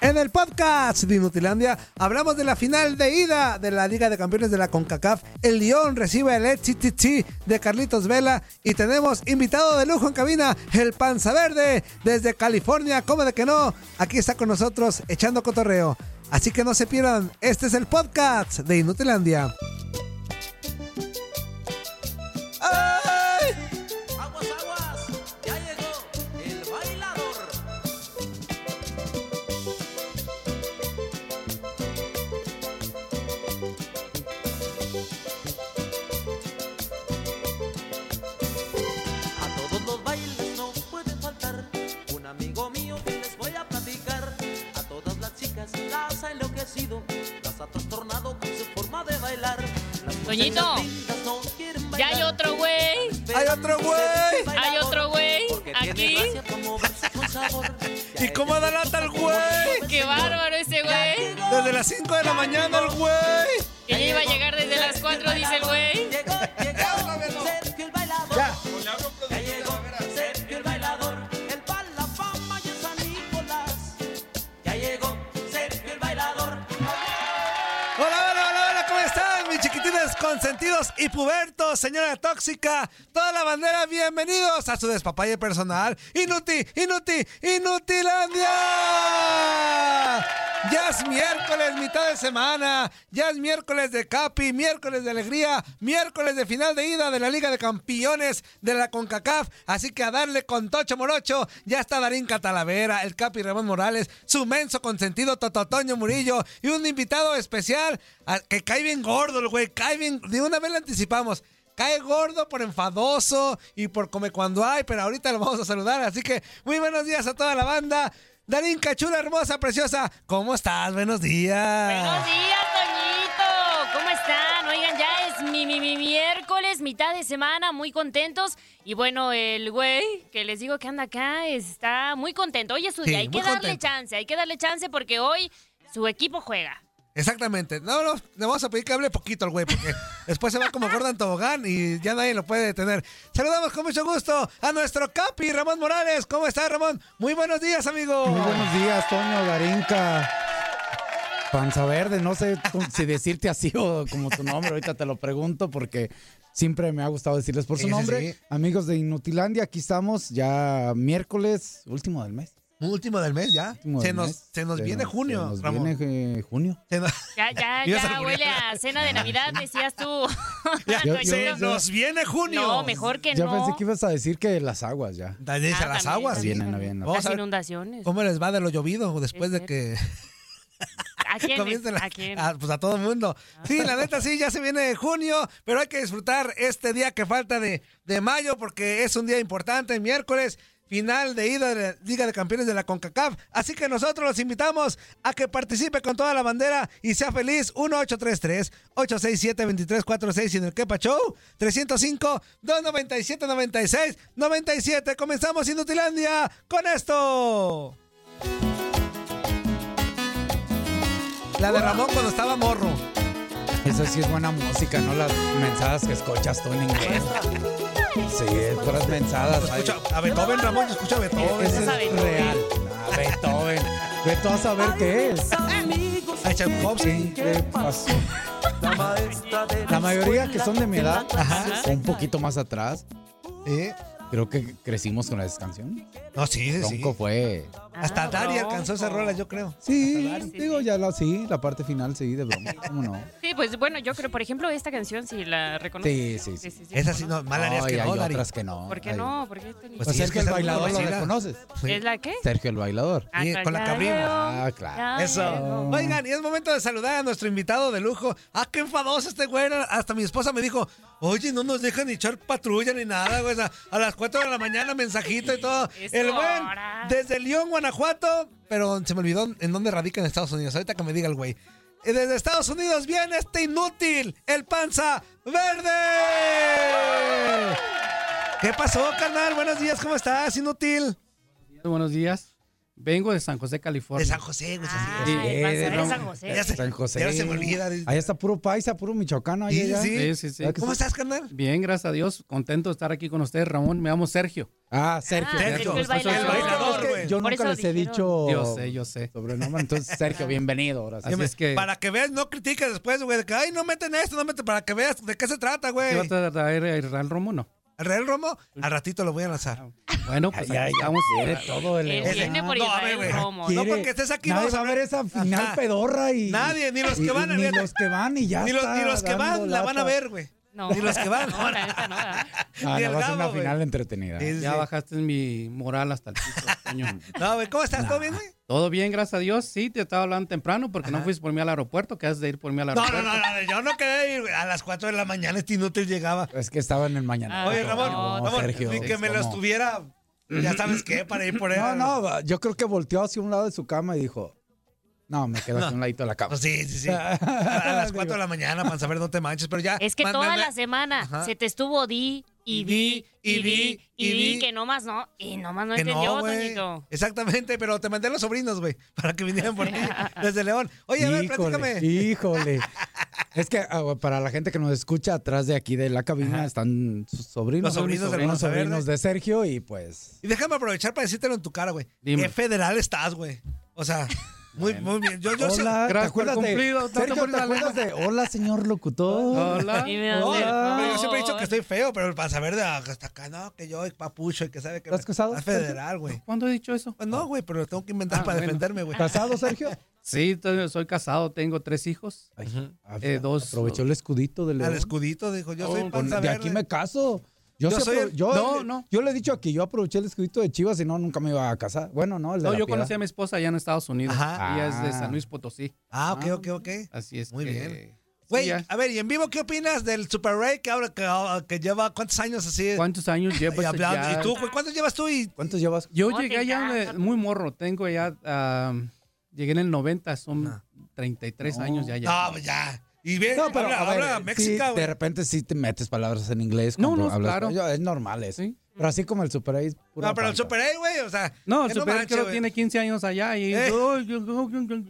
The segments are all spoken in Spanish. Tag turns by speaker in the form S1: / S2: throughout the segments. S1: En el podcast de Inutilandia hablamos de la final de ida de la Liga de Campeones de la CONCACAF. El Lyon recibe el HTT de Carlitos Vela y tenemos invitado de lujo en cabina, el Panza Verde, desde California, como de que no, aquí está con nosotros echando cotorreo. Así que no se pierdan, este es el podcast de Inutilandia. ¡Ay!
S2: Aguas, aguas, ya llegó el bailador. A todos los bailes no pueden faltar. Un amigo mío que les voy a platicar. A todas las chicas las ha enloquecido, las ha trastornado con su forma de bailar. Las
S3: Toñito,
S2: muchachas lindas no quieren
S3: Ya hay
S2: bailar.
S3: otro güey.
S1: ¡Hay otro güey!
S3: Hay otro güey aquí.
S1: ¿Y cómo da lata el güey?
S3: Qué bárbaro ese güey.
S1: Desde las 5 de la mañana el güey.
S3: Que ya iba a llegar desde las 4, dice el güey.
S2: Llegó, llegó, Sergio el bailador. Ya llegó, Sergio el bailador. El pan, la fama y el San Nicolás. Ya llegó, Sergio el bailador.
S1: Hola, hola, hola, hola, ¿cómo están mis chiquitines consentidos y pubertos, señora tóxica? Toda la bandera, bienvenidos a su despapalle personal. Inuti, Inuti, Inutilandia. Ya es miércoles, mitad de semana. Ya es miércoles de Capi, miércoles de alegría, miércoles de final de ida de la Liga de Campeones de la CONCACAF. Así que a darle con Tocho Morocho. Ya está Darín Catalavera, el Capi Ramón Morales, su menso consentido Tototoño Murillo y un invitado especial a- que cae bien gordo, el güey. Cae bien, de una vez lo anticipamos. Cae gordo por enfadoso y por come cuando hay, pero ahorita lo vamos a saludar. Así que muy buenos días a toda la banda. Darín Cachula, hermosa, preciosa. ¿Cómo estás? Buenos días.
S3: Buenos días, Toñito. ¿Cómo están? Oigan, ya es mi, mi, mi miércoles, mitad de semana, muy contentos. Y bueno, el güey que les digo que anda acá está muy contento. Oye, su
S1: Sí,
S3: día, hay
S1: muy
S3: que darle
S1: contento.
S3: chance, hay que darle chance porque hoy su equipo juega.
S1: Exactamente. No, no, le vamos a pedir que hable poquito al güey, porque después se va como Gordon Tobogán y ya nadie lo puede detener. Saludamos con mucho gusto a nuestro Capi, Ramón Morales. ¿Cómo estás, Ramón? Muy buenos días, amigo.
S4: Muy buenos días, Toño, Darinka. Panza Verde, no sé con- si decirte así o como tu nombre, ahorita te lo pregunto porque siempre me ha gustado decirles por su
S1: Sí, sí,
S4: nombre.
S1: sí.
S4: Amigos de Inutilandia, aquí estamos ya miércoles, último del mes.
S1: Último del mes ya.
S4: último
S1: se,
S4: del
S1: nos,
S4: mes.
S1: se nos viene junio,
S4: Se nos
S1: Ramón.
S4: viene eh, junio.
S1: Se nos-
S3: Ya, ya,
S1: Ibas a
S3: ya
S1: alburear.
S3: huele a cena de Navidad, decías tú.
S4: yo-
S3: Toñito.
S1: se nos viene junio.
S3: no, mejor que
S4: Yo
S3: no.
S4: pensé que ibas a decir que las aguas ya.
S1: Dale a
S3: Ah,
S1: las
S3: también,
S1: aguas.
S3: también,
S4: Vienen,
S3: también.
S4: vienen.
S1: Vamos
S3: Las
S1: a ver
S3: inundaciones.
S1: ¿Cómo les va de lo llovido después de que
S3: ¿A quién?
S1: Comienza la-
S3: ¿A quién?
S1: Ah, pues a todo el mundo. Sí, la neta sí, ya se viene junio, pero hay que disfrutar este día que falta de, de mayo porque es un día importante, miércoles, final de ida de la Liga de Campeones de la CONCACAF. Así que nosotros los invitamos a que participe con toda la bandera y sea feliz 1833-867-2346 y en el Kepa Show 305-297-96-97. Comenzamos Inutilandia con esto. La de Ramón cuando estaba morro.
S4: Esa sí es buena música, no las mensadas que escuchas tú en inglés. Sí, es puras mensadas. ay.
S1: Pues
S4: E-,
S1: Escucha a Beethoven, Ramón, escucha a Beethoven.
S4: Ese
S3: a
S4: es
S3: Beethoven.
S4: real. Ah, Beethoven. Ve tú a saber qué es.
S3: Ah.
S2: Amigos,
S1: A Tchaikovsky.
S4: ¿Qué pasó?
S2: la maestra de
S4: La mayoría que son de mi edad,
S2: escuela
S4: o un poquito más atrás,
S1: ¿Eh?
S4: creo que crecimos con las canciones.
S1: No, sí, sí, sí.
S4: Bronco fue.
S1: Hasta
S3: Ah,
S1: Dari alcanzó esa
S3: Bronco.
S1: rola, yo creo.
S4: Sí,
S3: Sí, sí,
S4: digo,
S3: sí.
S4: ya la sí, la parte final sí, de Bronco. ¿Cómo no?
S3: Sí, pues bueno, yo creo, por ejemplo, esta canción, si la
S4: Sí,
S3: reconoces.
S4: sí, sí.
S1: Esa sí, no, mal harías
S4: Ay,
S1: que
S4: hay
S1: no, Dari.
S4: otras que no.
S3: ¿Por qué
S4: Hay-
S3: no? ¿Por qué este ni-
S4: Pues
S1: Sí, es que
S4: Sergio el
S1: esa no la
S4: bailador lo
S1: baila.
S4: reconoces.
S1: Sí.
S3: ¿Es la qué?
S4: Sergio el bailador.
S1: Sí, con la que abrimos.
S4: Ah, claro.
S1: Eso. Oigan, y es momento de saludar a nuestro invitado de lujo. Ah, qué enfadoso este güey. Hasta mi esposa me dijo, oye, no nos dejan ni echar patrulla ni nada, güey. O sea, A las 4 de la mañana, mensajito y todo.
S3: Es
S1: El buen,
S3: hora.
S1: desde León, Guanajuato, pero se me olvidó en dónde radica en Estados Unidos. Ahorita que me diga el güey. Eh, Desde Estados Unidos viene este inútil, el panza verde. ¿Qué pasó, carnal? Buenos días, ¿cómo estás, inútil?
S5: Buenos días. Vengo de San José,
S1: De
S5: California.
S1: San José, güey.
S6: Ah,
S1: San José.
S3: Ay,
S4: Sí,
S3: vas a ver
S4: no.
S3: San José.
S1: Ya se-
S4: San José.
S1: ya se me olvida.
S4: Ahí está puro paisa, puro michoacano. ahí,
S1: Sí,
S4: allá.
S1: sí.
S5: Sí, sí, sí.
S4: ¿Verdad que
S1: ¿Cómo
S4: sí?
S1: estás, carnal?
S5: Bien, gracias a Dios. Contento de estar aquí con ustedes, Ramón. Me llamo Sergio.
S4: Ah, Sergio.
S3: Ah,
S4: ya
S1: Sergio,
S4: te-
S3: el
S5: Sergio,
S3: bailador.
S1: el bailador,
S4: Es que
S1: güey.
S4: Yo
S3: Por
S4: nunca
S3: eso
S4: les he
S3: dijeron.
S4: dicho.
S5: Yo sé, yo sé.
S4: Sobrenombre. Entonces, Sergio, bienvenido. Ahora sí.
S5: Así es que
S1: Para que veas, no critiques después, güey, de que, ay, no meten esto, no meten, para que veas de qué se trata,
S5: ¿Qué
S1: güey.
S5: va a traer el Real Romo? No.
S1: ¿El Real Romo? Al ratito lo voy a lanzar.
S3: Ah,
S5: Bueno, pues
S4: Ya,
S5: ahí
S4: ya,
S5: estamos.
S4: quiere todo el.
S3: Él viene por
S1: No, a
S3: Israel
S1: ver, güey.
S3: Romo.
S1: No,
S4: Quiere-
S1: porque estés aquí,
S4: Nadie
S1: vamos a
S4: va a
S1: ver-
S4: ver esa final
S1: Ajá.
S4: pedorra y.
S1: Nadie, ni los
S4: y-
S1: que van a
S4: Ni
S1: ver.
S4: los que van y ya.
S1: Ni los,
S4: está
S1: ni los que
S4: dando
S1: van Ah, la van a
S4: lata.
S1: ver, güey.
S3: No.
S1: Ni los que van.
S3: No, la neta no, ¿verdad?
S4: Ah,
S1: Ni el
S4: no, va a ser
S1: Gabo,
S4: una
S1: güey.
S4: final entretenida.
S1: Sí, sí,
S5: Ya
S1: sí.
S5: bajaste mi moral hasta el piso. coño.
S1: No, güey, ¿cómo estás? ¿Todo bien, güey?
S5: Todo bien, gracias a Dios. Sí, te estaba hablando temprano porque no fuiste por mí al aeropuerto. Quedas de ir por mí al
S1: No,
S5: aeropuerto.
S1: no, no, no, yo no quedé ir. A las 4 de la mañana este inútil llegaba.
S4: Es que estaba en el mañana.
S1: Oye,
S3: No,
S1: Ramón, Ramón,
S4: Sergio.
S1: ni que me lo
S4: ¿cómo?
S1: estuviera, Pues ya sabes qué, para ir por él.
S4: No, no, va- yo creo que volteó hacia un lado de su cama y dijo, no, me quedo hacia un ladito de la cama.
S1: Pues sí, sí, sí. A, a las 4 de la mañana, para saber no te manches, pero ya.
S3: Es que
S1: man-
S3: toda
S1: man-
S3: la semana
S1: Ajá.
S3: se te estuvo di y di y di y di que nomás no y nomás no
S1: Que
S3: entendió,
S1: güey.
S3: Toñito.
S1: Exactamente, pero te mandé a los sobrinos, güey, para que vinieran por ti desde León. Oye, a ver, platícame.
S4: híjole. Es que ah, güey, para la gente que nos escucha atrás de aquí de la cabina están sus sobrinos,
S1: Los sobrinos de
S4: algunos
S1: Panza Verde.
S4: sobrinos de Sergio y pues
S1: Y déjame aprovechar para decírtelo en tu cara, güey.
S5: Dime.
S1: Qué federal estás, güey. O sea, muy, muy bien. Pues Yo, yo sé-
S4: Hola, ¿te
S5: gracias por
S4: acuerdas de
S5: cumplido, tanto
S4: Sergio,
S5: por
S4: ¿te
S5: la
S4: acuerdas de Hola, señor locutor?
S5: Hola.
S3: Y me hace-
S4: Hola.
S1: pero yo siempre he dicho que estoy feo, pero para saber de hasta acá, no, que yo, y papucho, y que sabe que
S4: ¿Estás casado,
S1: Estás federal, güey.
S5: ¿Cuándo he dicho eso?
S1: Pues no, güey, pero lo tengo que inventar
S5: Ah,
S1: para
S5: bueno.
S1: defenderme, güey.
S4: ¿Casado, Sergio?
S5: Sí, t- soy casado, tengo tres hijos.
S4: Ay, ah,
S5: Eh, dos.
S4: Aprovechó el escudito del
S1: Al escudito dijo, Pues yo soy
S5: Oh,
S4: Con-
S1: panza
S4: de
S1: verde.
S4: aquí me caso. Yo,
S1: Yo
S4: sí
S1: soy el-
S4: apro- yo,
S5: no, no.
S4: yo le he dicho aquí, yo aproveché el escudito de Chivas y no, nunca me iba a casar. Bueno, no, el de
S5: No,
S4: la
S5: yo
S4: Piedad.
S5: conocí a mi esposa allá en Estados Unidos.
S1: Ajá.
S5: Ella es de
S4: Ah.
S5: San Luis Potosí.
S1: Ah, ok, ok, ok.
S5: Así es.
S1: Muy
S5: que-
S1: bien.
S5: Sí,
S1: Güey,
S5: ya.
S1: a ver, y en vivo, ¿qué opinas del Super Ray que, ahora, que, ah, que lleva cuántos años así?
S5: ¿Cuántos años este
S1: y
S5: llevas
S1: hablando?
S5: allá?
S1: ¿Y tú, güey, cuántos llevas tú? Y,
S4: ¿Cuántos llevas?
S5: Yo
S3: No,
S5: llegué
S3: te
S5: allá
S3: encanta.
S5: de- muy morro, tengo ya, ah, llegué en el 90, son 33 años ya.
S1: no,
S5: ya.
S1: pues ya. Y ve,
S4: Ah. No, pero
S1: habla,
S4: a ver,
S1: habla
S4: sí,
S1: Mexica, güey.
S4: de repente sí te metes palabras en inglés.
S5: No,
S4: cuando
S5: no,
S4: hablas-
S5: claro.
S4: yo- es normal eso.
S5: Sí.
S4: Pero así como el Super Ace. pura
S1: no, pero el
S4: panza.
S1: Super Ray, güey, o sea.
S5: No, el
S1: que
S5: super
S1: manches,
S5: creo
S1: güey.
S5: tiene 15 años allá y...
S1: Eh.
S5: Ay, yo- yo- yo- yo-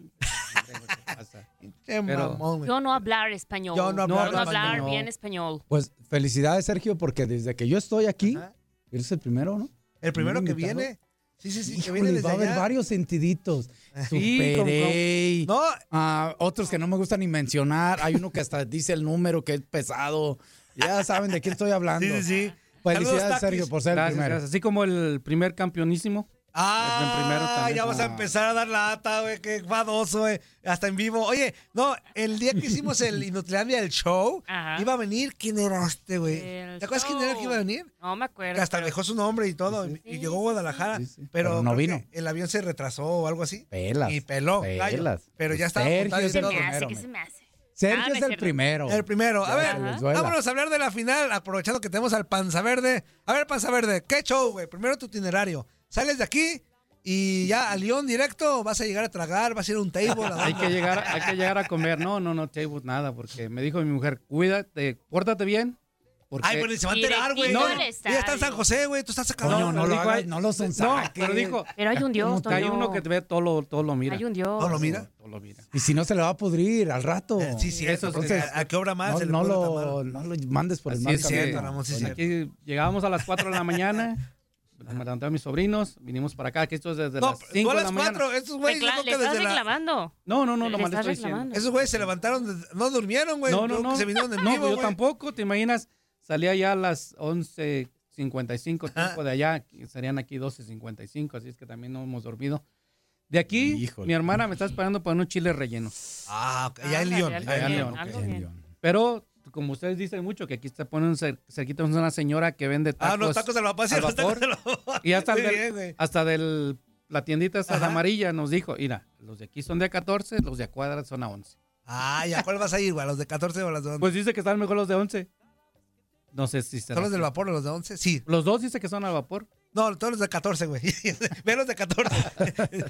S5: ¿Qué pasa?
S1: Qué
S5: pero-
S1: mamón, güey.
S3: Yo no hablar español.
S1: Yo no hablar
S3: hablar
S5: español.
S3: bien español.
S4: Pues felicidades, Sergio, porque desde que yo estoy aquí,
S1: Ajá.
S4: eres el primero, ¿no?
S1: El primero que
S4: invitado.
S1: viene. Sí, sí, sí, que
S4: Híjole,
S1: viene desde
S4: va a haber
S1: allá.
S4: varios sentiditos.
S5: Sí,
S4: Super
S5: como- como-
S4: Ace.
S1: No,
S4: Ah, otros que no me gusta ni mencionar. Hay uno que hasta dice el número que es pesado. Ya saben de quién estoy hablando.
S1: sí, sí, sí. Saludos,
S4: Felicidades,
S1: Takis.
S4: Sergio, por ser
S5: Gracias,
S4: el primero.
S5: gracias. Así como el primer campeonísimo.
S1: Ah,
S5: El primero también.
S1: ya vas a empezar a dar lata, güey, qué fadoso, güey, hasta en vivo. Oye, no, el día que hicimos el Inutilandia, el show,
S3: Ajá.
S1: iba a venir, ¿quién era este, güey?
S3: El
S1: ¿Te acuerdas quién era el que iba a venir?
S3: No me acuerdo.
S1: Que hasta
S3: pero-
S1: dejó su nombre y todo, y- y llegó a Guadalajara,
S4: Sí, sí.
S1: Pero,
S4: Pero no
S1: creo
S4: vino.
S1: que el avión se retrasó o algo así.
S4: Pelas.
S1: Y peló, gallo.
S4: Pelas.
S1: Pero ya
S4: Pues
S1: estaba
S4: Sergio
S1: apuntado y
S4: es
S3: ¿Qué
S4: el
S1: todo.
S3: se me hace?
S4: primero.
S3: ¿Qué
S4: men.
S3: se me hace? Ah,
S4: Sergio
S3: no
S4: es
S3: es
S4: el
S3: cierto.
S4: primero.
S1: El primero. A
S4: Ya,
S1: ver,
S4: que les duela.
S1: vámonos a hablar de la final, aprovechando que tenemos al Panza Verde. A ver, Panza Verde, ¿qué show, güey? Primero tu itinerario. Sales de aquí y ya a León directo vas a llegar a tragar, vas a ir a un table. a-
S5: Hay que, llegar, hay que llegar a comer. No, no, no, table, nada, porque me dijo mi mujer, cuídate, pórtate bien. Porque...
S1: Ay, pero se va a enterar, güey.
S3: Directito
S1: No,
S3: al
S1: ella
S3: estadio.
S1: está en San José, güey. Tú estás acá.
S4: Coño, no,
S5: pero
S4: lo
S5: dijo,
S4: hagas,
S5: ay,
S4: no lo sonsaques.
S5: No, pero dijo,
S3: Pero hay un Dios,
S5: Hay
S3: Toño.
S5: uno que te ve todo lo, todo lo mira.
S3: Hay un Dios.
S1: No lo mira.
S5: Todo lo mira.
S4: Y si no, se le va a pudrir al rato.
S1: Eh, Sí, sí,
S5: Eso
S1: eso.
S5: sí.
S1: ¿A a qué hora más?
S4: No,
S1: se le
S4: no
S1: puede
S4: lo,
S1: tomar?
S4: no lo mandes por el
S5: Así
S4: mal
S5: es que-
S4: camino.
S1: cierto, Ramón, sí,
S4: Doña
S1: cierto.
S5: Aquí llegábamos a las 4 de la mañana. Me levantaron mis sobrinos, vinimos para acá, que esto es desde
S1: No,
S5: las
S1: tú
S5: 5
S1: a
S5: de la
S1: las
S5: mañana.
S1: cuatro. Estos
S3: Recla-
S1: güeyes yo creo
S3: le
S1: que
S3: estás
S1: desde la.
S3: reclamando.
S5: No, no, no,
S3: Le
S5: nomás le
S3: estás
S5: estoy diciendo.
S3: reclamando.
S1: Esos güeyes se levantaron, de- no durmieron, güey.
S5: No,
S1: Yo
S5: no,
S1: creo que
S5: no. pues
S1: Se vinieron en
S5: No,
S1: vivo,
S5: yo
S1: güey.
S5: tampoco, te imaginas, salía ya a las 11, 55, tiempo de allá, que serían aquí 12.55, así es que también no hemos dormido. De aquí,
S4: Híjole.
S5: mi hermana me está esperando para unos chiles rellenos.
S1: Ah, ok, ya en
S3: Ándale,
S1: León.
S3: algo
S1: ya en
S3: bien,
S1: León, ok.
S3: algo
S4: En
S3: bien.
S4: León.
S5: Pero, como ustedes dicen mucho, que aquí se ponen cer- cerquita una señora que vende tacos.
S1: Ah, los tacos al vapor, sí,
S5: al
S1: los tacos
S5: vapor.
S1: al vapor.
S5: Y hasta,
S1: Muy
S5: del-
S1: bien, güey.
S5: hasta del, la tiendita esa de
S1: Ajá.
S5: amarilla nos dijo, mira, los de aquí son de a 14, los de a cuadra son a 11.
S1: Ah, ¿y a cuál vas a ir, güey? ¿A los de 14 o a los de 11?
S5: Pues dice que están mejor los de 11. No sé si será
S1: ¿Son los del
S5: así.
S1: vapor o los de 11? Sí.
S5: Los dos dice que son al vapor.
S1: No, todos los de 14, güey. Ve los de 14.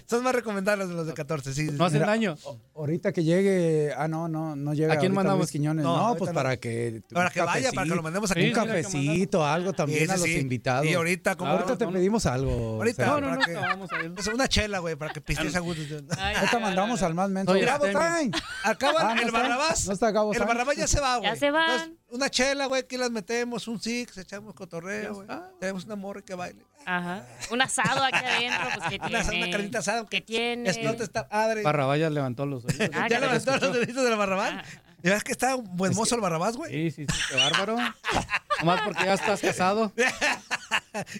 S1: Son más recomendables los de 14, sí. sí,
S5: No hacen
S1: sí.
S5: daño.
S4: Ahorita que llegue. Ah, no, no, no llega.
S5: ¿A quién
S4: ahorita
S5: mandamos?
S4: Luis Quiñones.
S1: No,
S4: No,
S1: ahorita
S4: pues
S1: no.
S4: para que.
S1: Para
S4: un
S1: que vaya, para que lo mandemos aquí.
S5: Sí,
S4: Un
S5: sí, hay que
S4: cafecito, algo también a
S1: Ese
S4: los
S1: sí.
S4: invitados.
S1: Y ahorita, como.
S5: Claro.
S4: Ahorita te
S5: no, no.
S4: pedimos algo.
S1: Ahorita.
S4: o
S5: No,
S4: sea,
S5: no, no,
S1: ¿para qué?
S5: vamos a ir.
S1: Es una chela, güey, para que pistees a gusto.
S3: Ay,
S4: Ahorita
S3: no, no,
S4: mandamos
S3: no.
S4: al más menso.
S5: Oye,
S4: Mira,
S5: Artemio.
S4: Botán.
S1: Acaban
S4: Ah, ¿no
S1: el
S4: está?
S1: Barrabás.
S4: ¿No está Gabo
S1: el
S4: Sánchez?
S1: Barrabás ya se va, güey.
S3: Ya se van.
S1: una chela, güey, aquí las metemos, un six, echamos cotorreo, güey. Tenemos una morra que baile.
S3: Ajá. Un asado Ah, aquí adentro, pues que
S1: Una,
S3: tiene.
S1: una carnita asada. aunque
S3: ¿Qué tiene?
S1: Explote esta padre.
S5: Barrabayas levantó los oídos.
S3: Ah,
S1: ya
S3: que
S1: levantó
S3: escuchó.
S1: los deditos del Barrabás. ¿Y ves que está un buen mozo el Barrabás, güey?
S5: Sí, sí, sí, qué bárbaro. Nomás porque ya estás casado.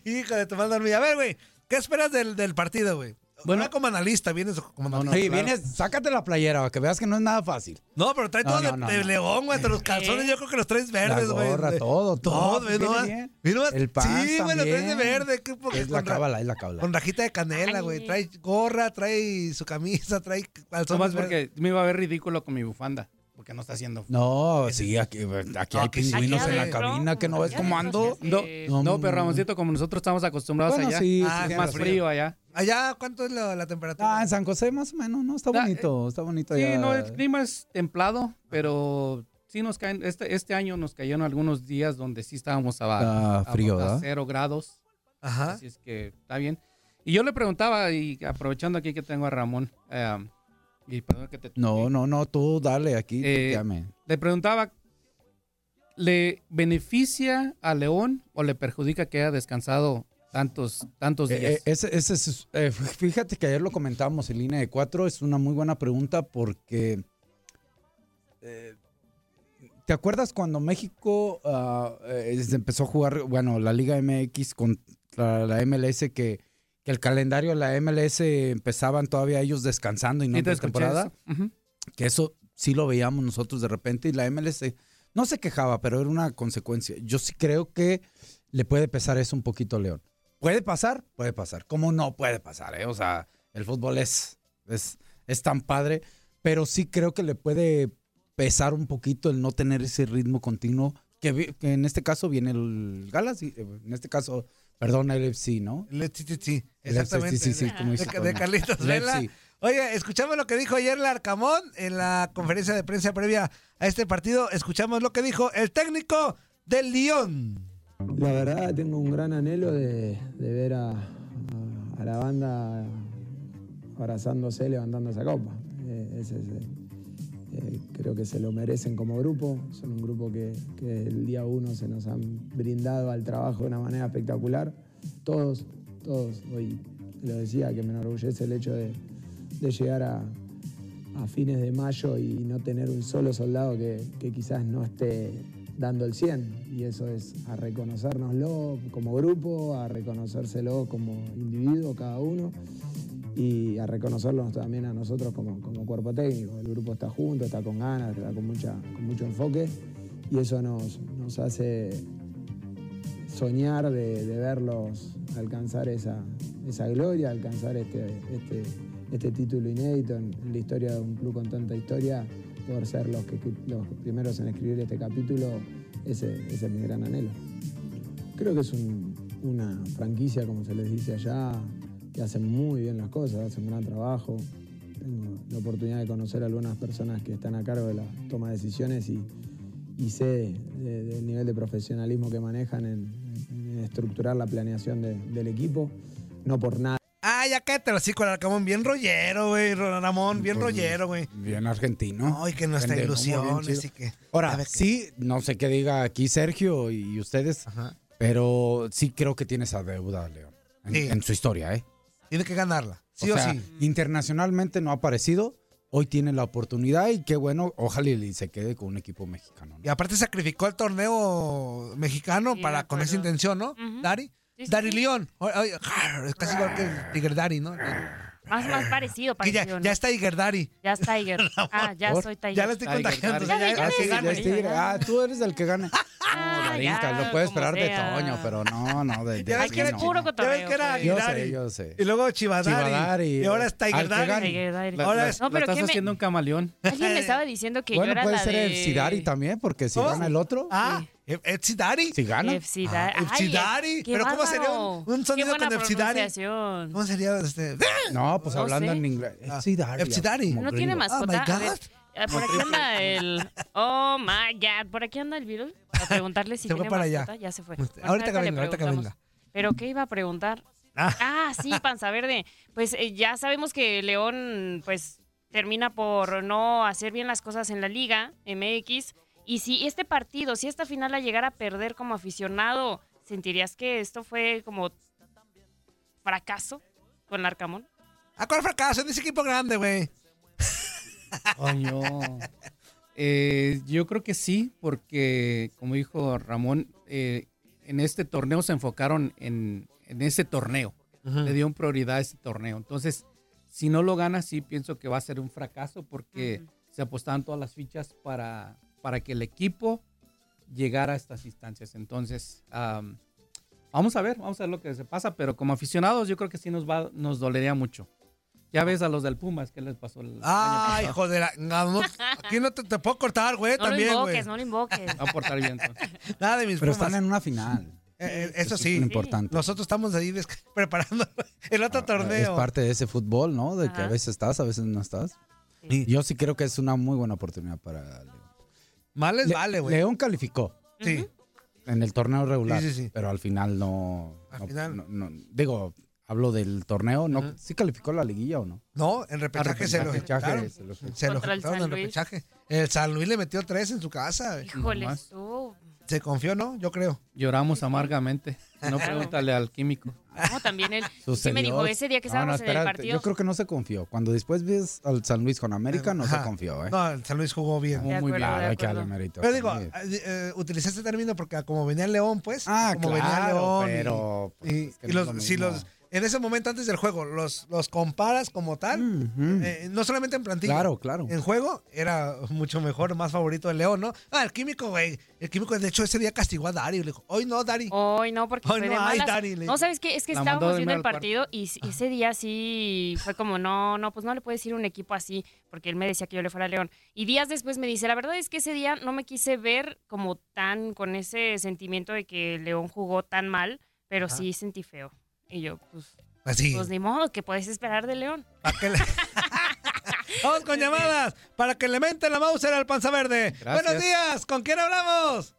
S1: Hijo de Tomás Dormida. A ver, güey, ¿qué esperas del, del partido, güey? Bueno,
S5: Bueno.
S1: como analista, vienes como
S5: No, no,
S1: analista.
S4: Sí,
S5: claro.
S4: vienes, sácate la playera para que veas que no es nada fácil.
S1: No, pero trae
S4: No,
S1: todo
S4: no,
S1: de,
S4: no,
S1: de
S4: no.
S1: león, güey, hasta los calzones, yo creo que los traes verdes, güey.
S4: gorra,
S1: De-
S4: todo, todo,
S1: güey,
S4: viene
S1: no,
S4: bien.
S1: mira,
S4: El pan
S1: Sí, güey, los traes de
S4: también.
S1: verde. qué poca-
S4: Es la
S1: con ra-
S4: cábala, es la cábala.
S1: Con rajita de canela, güey.
S3: Ay.
S1: Trae gorra, trae su camisa, trae calzones
S5: Nomás
S1: verdes.
S5: porque me iba a ver ridículo con mi bufanda. Porque no está haciendo.
S4: No, sí, aquí, aquí hay
S1: que sí,
S4: pingüinos
S1: aquí
S4: en la
S1: adentro,
S4: cabina que no ves
S3: aquí
S4: cómo
S3: adentro
S4: ando.
S3: se
S5: No,
S3: hace-
S4: No,
S5: no, pero
S4: no, no.
S5: Ramoncito, como nosotros estamos acostumbrados
S4: Bueno,
S5: allá,
S4: sí,
S1: Ah,
S4: sí,
S1: es
S5: es
S4: sí,
S5: más
S4: sí.
S5: frío allá.
S1: Allá, ¿cuánto es la, la temperatura?
S4: Ah, en San José más o menos, ¿no? Está
S5: Da-
S4: bonito, está bonito
S5: Ah, eh, Sí,
S4: allá.
S5: no, el clima es templado, pero sí nos caen. Este, este año nos cayeron algunos días donde sí estábamos a,
S4: Está
S5: a-
S4: frío,
S5: a
S4: ¿verdad?
S5: cero grados.
S1: Ajá.
S5: Así es que está bien. Y yo le preguntaba, y aprovechando aquí que tengo a Ramón, eh, y perdón que te
S4: No, no, no, tú dale aquí, tú
S5: Eh,
S4: llame.
S5: le preguntaba, ¿le beneficia a León o le perjudica que haya descansado tantos, tantos días?
S4: Eh, eh, ese- ese es- eh, fíjate que ayer lo comentábamos en línea de cuatro, es una muy buena pregunta porque eh, ¿te acuerdas cuando México ah, eh, se empezó a jugar, bueno, la Liga MX contra la MLS que, que el calendario de la MLS empezaban todavía ellos descansando y no
S5: ¿Sí
S4: en
S5: te escuché
S4: temporada?
S5: eso? Ujú.
S4: que eso sí lo veíamos nosotros de repente y la MLS no se quejaba, pero era una consecuencia. Yo sí creo que le puede pesar eso un poquito a León. ¿Puede pasar? Puede pasar. ¿Cómo no puede pasar? eh? O sea, el fútbol es, es, es tan padre, pero sí creo que le puede pesar un poquito el no tener ese ritmo continuo que, vi- que en este caso viene el Galas, y, eh, en este caso, perdón, el FC, ¿no?
S1: El FCC,
S4: El FC,
S1: exactamente.
S4: sí, sí, sí, como dice
S1: de, de
S4: Toño.
S1: Carlitos
S4: El
S1: Vela.
S4: FC.
S1: Oye, escuchamos lo que dijo ayer Larcamón en la conferencia de prensa previa a este partido. Escuchamos lo que dijo el técnico del Lyon.
S7: La verdad tengo un gran anhelo de, de ver a, a- a la banda abrazándose, levantando esa copa. Eh, ese es el- eh, creo que se lo merecen como grupo. Son un grupo que, que el día uno se nos han brindado al trabajo de una manera espectacular. Todos, todos. Hoy te lo decía que me enorgullece el hecho de, de llegar a, a fines de mayo y no tener un solo soldado que, que quizás no esté dando el 100. Y eso es a reconocernoslo como grupo, a reconocérselo como individuo cada uno y a reconocernos también a nosotros como, como cuerpo técnico. El grupo está junto, está con ganas, está con, mucha, con mucho enfoque y eso nos, nos hace soñar de, de verlos alcanzar esa, esa gloria, alcanzar este, este, este título inédito en, en la historia de un club con tanta historia, por ser los, que, los primeros en escribir este capítulo, ese, ese es mi gran anhelo. Creo que es un- una franquicia, como se les dice allá, que hacen muy bien las cosas, hacen un gran trabajo. Tengo la oportunidad de conocer a algunas personas que están a cargo de la toma de decisiones y, y sé de- de- del nivel de profesionalismo que manejan en, en estructurar la planeación de- del equipo. No por nada.
S1: Ah, ya cállate el hocico, Larcamón. Bien rollero, güey, Ramón. Bien
S4: Pues,
S1: rollero, güey.
S4: Bien argentino.
S1: Ay, que nuestra
S4: Pendejo, muy bien
S1: ilusión.
S4: chido.
S1: Así que. A
S4: Ahora,
S1: ver qué-
S4: sí, no sé qué diga aquí Sergio y ustedes,
S1: Ajá.
S4: pero sí creo que tiene esa deuda, León, en,
S1: Sí.
S4: en su historia, ¿eh?
S1: Tiene que ganarla. Sí o,
S4: sea,
S1: sí.
S4: Internacionalmente no ha aparecido. hoy tiene la oportunidad y qué bueno, ojalá y se quede con un equipo mexicano.
S1: Y aparte sacrificó el torneo mexicano
S3: Sí, de
S1: para con esa
S3: acuerdo.
S1: intención, ¿no?
S3: Ujú.
S1: Dari.
S3: Sí, sí,
S1: Dari
S3: sí.
S1: León. Oye, oye, jar, Es casi igual que el Tiger Dari, ¿no?
S3: Más, más parecido,
S1: Que
S3: parecido.
S1: ya,
S3: ¿no?
S1: ya está Tiger Dari.
S3: Ya es Tiger. Ah, ya
S4: Por-
S3: soy Tiger.
S1: Ya le estoy
S5: Tiger
S1: contagiando.
S5: Daddy.
S1: ya-
S3: Ya,
S1: ya
S3: ya,
S1: se
S3: ya,
S1: gana.
S3: ya,
S4: Este tigre, ah, tú eres el que gana.
S3: Ah,
S4: Marinka,
S3: ya,
S4: lo puedes
S3: como
S4: esperar de
S3: sea.
S4: Toño, pero no, no, de, de
S1: Ya ves
S4: sí,
S1: que
S3: Aquí es
S1: era
S4: no.
S3: puro
S1: Ya ves
S3: cotorreo.
S1: que era
S3: güey.
S4: Yo
S1: Dari.
S4: sé, yo sé.
S1: Y luego Chivadari.
S4: Chivadari,
S1: Y ahora es Tiger
S4: al que
S1: Dari.
S4: gane.
S3: Tiger Daddy.
S5: La-
S1: Ahora
S5: la-
S1: es-
S3: No,
S5: la
S3: pero
S5: estás
S3: ¿qué me-
S5: haciendo un camaleón.
S3: pues. Alguien me estaba diciendo que yo
S4: Bueno,
S3: era
S4: puede
S3: la
S4: ser
S3: de...
S4: el Sidari también, porque si
S1: ¿Cómo?
S4: gana el otro,
S1: Ah, Epsi Dari.
S4: si gana.
S3: FC
S1: Ah,
S3: Daddy.
S1: FC
S3: Ay,
S1: Daddy.
S3: qué
S1: Pero ¿cómo sería un-
S3: bárbaro.
S1: un sonido
S3: Qué buena
S1: con FC Daddy?
S3: pronunciación.
S1: ¿Cómo sería este?
S4: No, pues
S3: No
S4: hablando
S3: sé.
S4: en inglés.
S1: Ah,
S4: FC Dari.
S1: FC Dari.
S4: como
S3: No tiene
S4: gringo.
S1: Oh, my
S3: mascota. A ver,
S1: God.
S3: eh, por aquí anda el. Oh my God. Por aquí anda el virus. Para preguntarle si
S1: Se fue
S3: tiene
S1: para allá. Pues,
S3: mascota. Ya se fue.
S1: Ahorita
S3: Bueno,
S1: que
S3: le
S1: venga, ahorita que
S3: preguntamos.
S1: venga.
S3: Pero ¿qué iba a preguntar?
S1: Ah.
S3: Ah, sí, panza verde. Pues eh, ya sabemos que León, pues termina por no hacer bien las cosas en la liga MX. Y si este partido, si esta final la llegara a perder como aficionado, ¿sentirías que esto fue como fracaso con Arcamón?
S1: ¿A cuál fracaso? En ese equipo grande, güey.
S5: Coño. Oh, Eh, yo creo que sí, porque como dijo Ramón, eh, en este torneo se enfocaron en, en ese torneo. Le dieron prioridad a ese torneo. Entonces, si no lo gana, sí pienso que va a ser un fracaso porque
S3: Ujú.
S5: se apostaban todas las fichas para, para que el equipo llegara a estas instancias. Entonces, am, vamos a ver, vamos a ver lo que se pasa, pero como aficionados yo creo que sí nos, va, nos dolería mucho. Ya ves a los del Pumas, ¿qué les pasó? El
S1: Ay,
S5: año pasado?
S1: joder. Aquí no te, te puedo cortar, güey,
S3: No
S1: también,
S3: lo
S1: güey.
S3: invoques, no lo invoques.
S5: Va a portar bien. entonces.
S1: Nada de mis
S4: Pero
S1: Pumas.
S4: están en una final.
S1: Eh, eh, eso
S4: Es lo
S1: sí.
S4: importante. Ah,
S1: Nosotros estamos ahí des- preparando el otro
S4: Es
S1: torneo.
S4: parte de ese fútbol, ¿no? De que
S3: Ajá.
S4: a veces estás, a veces no estás.
S3: Sí.
S4: Yo sí creo que es una muy buena oportunidad para León.
S1: Mal les
S4: Le-
S1: vale, güey.
S4: León calificó
S1: Sí.
S4: en el torneo regular,
S1: Sí, sí, sí.
S4: pero al final no.
S1: Al
S4: no-
S1: final.
S4: no- no- digo, hablo del torneo, ¿no?
S1: Ajá.
S4: ¿Sí calificó la liguilla o no?
S1: No, en repechaje se lo
S4: Repechaje,
S1: ejecutaron.
S4: se lo-
S1: Se lo
S3: Contra el
S1: ejecutaron en
S3: San Luis.
S1: repechaje. El San Luis le metió tres en su casa. güey.
S3: Híjoles,
S5: Nomás.
S3: tú.
S1: Se confió, ¿no? Yo creo.
S5: Lloramos amargamente. No pregúntale al químico.
S3: No, también él. Sí
S4: Sucedió.
S3: me dijo ese día que
S4: No, no,
S3: estábamos en el
S4: espérate,
S3: partido.
S4: Yo creo que no se confió. Cuando después ves al San Luis con América, no
S1: Ajá.
S4: se confió, ¿eh?
S1: No, el San Luis jugó bien.
S3: De
S5: muy
S3: acuerdo,
S5: bien.
S3: de
S4: Claro, hay que
S3: acuerdo.
S4: darle mérito.
S1: Pero digo,
S4: Sí.
S1: eh, eh, utilicé ese término porque como venía el León, pues.
S4: ah,
S1: como
S4: claro,
S1: venía el León. y-
S4: pero... pues,
S1: Y,
S4: es que
S1: y
S4: no es
S1: los,
S4: lo
S1: si
S4: mismo.
S1: los, en ese momento antes del juego, los, los comparas como tal,
S4: Ujú.
S1: eh, no solamente en plantilla,
S4: Claro, claro.
S1: en juego era mucho mejor, más favorito el León, ¿no? Ah, el Químico, güey, el Químico, de hecho, ese día castigó a Dari, le dijo, hoy no, Dari.
S3: Hoy no, porque
S1: Hoy
S3: fue
S1: Oh, no
S3: de
S1: hay,
S3: malas.
S1: Dani, le-
S3: no, ¿sabes qué? Es que
S5: La mandó
S3: estábamos
S5: de
S3: viendo
S5: mero
S3: el
S5: al
S3: partido y s- ese día sí fue como, no, no, pues no le puedes ir a un equipo así, porque él me decía que yo le fuera a León. Y días después me dice, la verdad es que ese día no me quise ver como tan con ese sentimiento de que León jugó tan mal, pero sí sentí feo. Y yo, pues,
S1: Así.
S3: pues ni modo, que puedes esperar de León?
S1: para que le- Vamos con llamadas, para que le menten la Mauser al Panza Verde.
S5: Gracias.
S1: Buenos días, ¿con quién hablamos?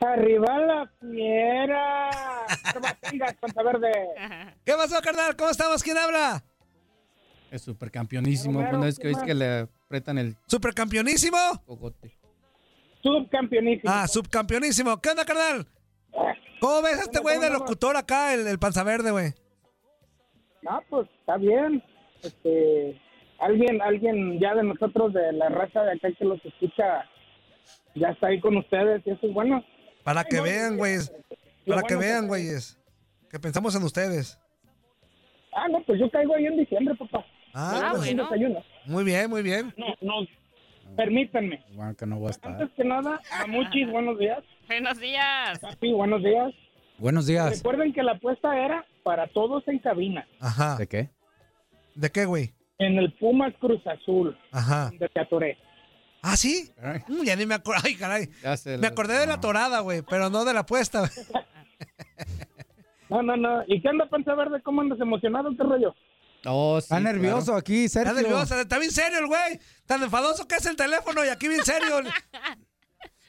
S8: Arriba la fiera. Arriba, tengas, Panza Verde.
S1: ¿Qué pasó, carnal? ¿Cómo estamos? ¿Quién habla?
S5: Es supercampeonísimo.
S8: Romero,
S5: Cuando es que
S8: ¿qué
S5: ves que
S8: más?
S5: le apretan el
S1: ¿Supercampeonísimo?
S5: cogote.
S8: Subcampeonísimo.
S1: Ah, subcampeonísimo. ¿Qué onda, carnal? ¿Cómo ves a este güey de locutor acá, el, el Panza Verde, güey?
S8: Ah, pues está bien. Este, alguien, alguien ya de nosotros, de la raza de acá que los escucha, ya está ahí con ustedes y eso es bueno.
S1: Para que vean, güey.
S8: eh, Lo
S1: Para que
S8: bueno
S1: vean,
S8: que-
S1: güeyes. Que pensamos en ustedes.
S8: Ah, no, pues yo caigo ahí en diciembre, papá.
S1: Ah,
S3: Ah,
S1: pues,
S3: bueno.
S8: Desayuno.
S1: Muy bien, muy bien.
S8: No, no, permítanme.
S4: Bueno, que no voy a estar.
S8: Antes que nada, Mamuchis, buenos días.
S3: Ah. Buenos días.
S8: Papi, buenos días.
S4: Buenos días.
S8: Recuerden que la apuesta era para todos en cabina.
S1: Ajá.
S4: ¿De qué?
S1: ¿De qué, güey?
S8: En el Pumas Cruz Azul,
S1: Ajá.
S8: donde te atoré.
S1: ¿Ah, sí?
S5: Ay,
S1: Mm, Ya ni me acuerdo. Ay, caray.
S5: ya se
S1: Me
S5: le-
S1: acordé de la Ah. torada, güey, pero no de la apuesta.
S8: No, no, no. ¿Y qué anda Panza Verde? ¿Cómo andas emocionado? ¿Qué rollo?
S5: Oh, sí,
S4: Está nervioso
S5: claro.
S4: aquí, Sergio.
S1: Está nervioso. Está bien serio el güey. Tan enfadoso que es el teléfono y aquí bien serio.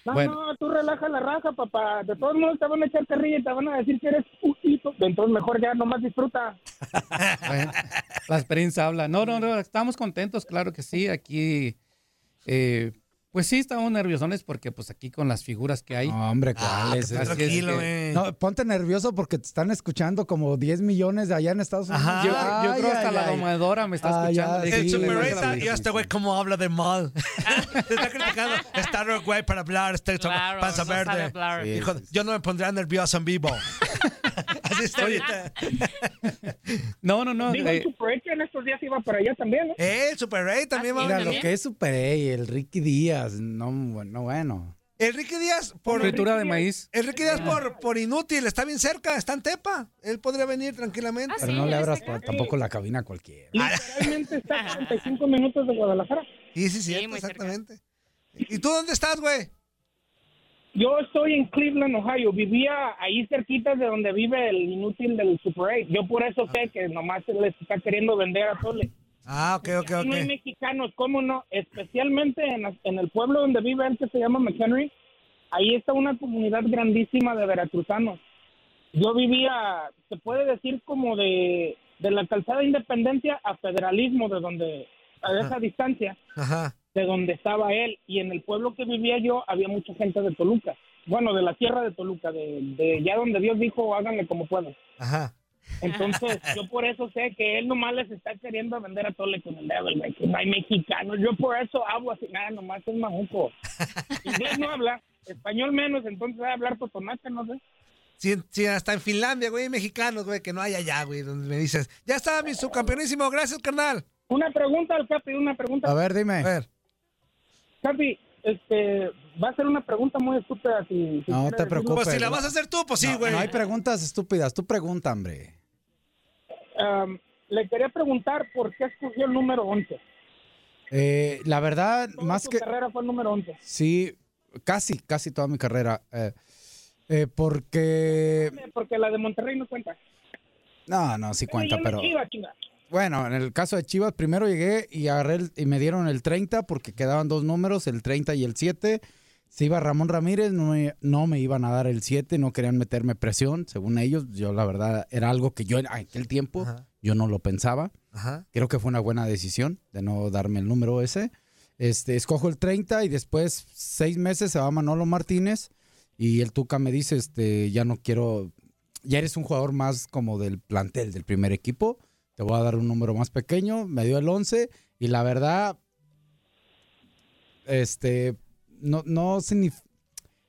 S8: No,
S5: Bueno.
S8: no, tú relaja la raja, papá. De todos modos te van a echar carrilla y te van a decir que eres putito. Entonces mejor ya nomás disfruta.
S5: Bueno, la experiencia habla. No, no, no. Estamos contentos, claro que sí. Aquí eh, Pues sí, estábamos nerviosones porque pues aquí con las figuras que hay.
S4: hombre,
S1: Ah, pues,
S4: ¿cuáles?
S5: Así es que-
S1: eh.
S4: No, ponte nervioso porque te están escuchando como 10 millones de allá en Estados Unidos.
S5: Ajá. Yo- yo creo hasta la
S4: domadora
S5: domadora me
S4: Ah,
S5: está escuchando.
S1: El Super Eight, y este güey cómo habla de mal. Te está criticando. Está el güey para hablar, este
S3: Claro,
S1: panza
S3: no sabe
S1: verde.
S3: hablar. Sí,
S1: Hijo,
S3: sí,
S1: Yo no me pondría nervioso en vivo. Así estoy.
S5: No, no, no.
S9: Digo, el Super 8 en estos días iba para allá también, ¿no?
S1: Eh, El Super 8
S9: ¿Ah,
S1: también va a
S4: Mira,
S1: venir.
S4: lo que es Super A, el Ricky Díaz. No, bueno, bueno.
S1: Enrique Díaz por
S5: Fritura de maíz.
S1: Enrique Díaz por, por inútil, está bien cerca, está en Tepa. Él podría venir tranquilamente.
S4: Pero no le abras pa- tampoco la cabina a cualquiera.
S9: Realmente está a 35 minutos de Guadalajara.
S1: Ah. Sí, sí, cierto, exactamente. ¿Y tú dónde estás, güey?
S9: Yo estoy en Cleveland, Ohio. Vivía ahí cerquita de donde vive el inútil del Super 8. Yo por eso sé que nomás se les está queriendo vender a Tole.
S1: Ah, ok, ok,
S9: No hay
S1: ok.
S9: mexicanos, ¿cómo no? Especialmente en, en el pueblo donde vive él, que se llama McHenry. Ahí está una comunidad grandísima de veracruzanos. Yo vivía, se puede decir, como de, de la calzada Independencia a Federalismo, de donde, a esa distancia
S1: Ajá.
S9: de donde estaba él y en el pueblo que vivía yo había mucha gente de Toluca, bueno, de la tierra de Toluca, de, de ya donde Dios dijo háganle como puedan.
S1: Ajá.
S9: Entonces yo por eso sé que él nomás les está queriendo vender a Tole con el dedo, el güey, que no hay mexicanos, yo por eso hablo así, nada, nomás es majuco. Inglés no habla, español menos, entonces va a hablar totonaca, no sé.
S1: Sí, sí, hasta en Finlandia, güey, hay mexicanos, güey, que no hay allá, güey, donde me dices, ya está mi subcampeonísimo, gracias, carnal.
S9: Una pregunta al Capi, una pregunta.
S4: A ver, dime.
S1: A ver,
S9: Capi, este, va a ser una pregunta muy estúpida si... si
S4: No
S9: quiere
S4: te
S9: decirlo.
S4: preocupes.
S1: pues si la vas a hacer tú, pues sí,
S4: No,
S1: güey.
S4: no hay preguntas estúpidas, tú pregunta, hombre.
S9: Um, le quería preguntar por qué escogió el número 11.
S4: Eh, la verdad,
S9: Toda
S4: más
S9: su
S4: que...
S9: carrera fue el número 11.
S4: Sí, casi, casi toda mi carrera. eh, eh, porque...
S9: Porque la de Monterrey no cuenta.
S4: No, no, sí cuenta,
S9: Yo no
S4: pero...
S9: chiva, chinga.
S4: Bueno, en el caso de Chivas, primero llegué y agarré el- y me dieron el 30 porque quedaban dos números, el 30 y el 7. Si iba Ramón Ramírez, no me, no me iban a dar el 7, no querían meterme presión, según ellos. Yo, la verdad, era algo que yo en aquel tiempo
S1: Ajá.
S4: yo no lo pensaba.
S1: Ajá.
S4: Creo que fue una buena decisión de no darme el número ese. Este, escojo el 30 y después seis meses se va Manolo Martínez y el Tuca me dice, este, ya no quiero, ya eres un jugador más como del plantel, del primer equipo, te voy a dar un número más pequeño, me dio el 11 y la verdad, este, no, no signif-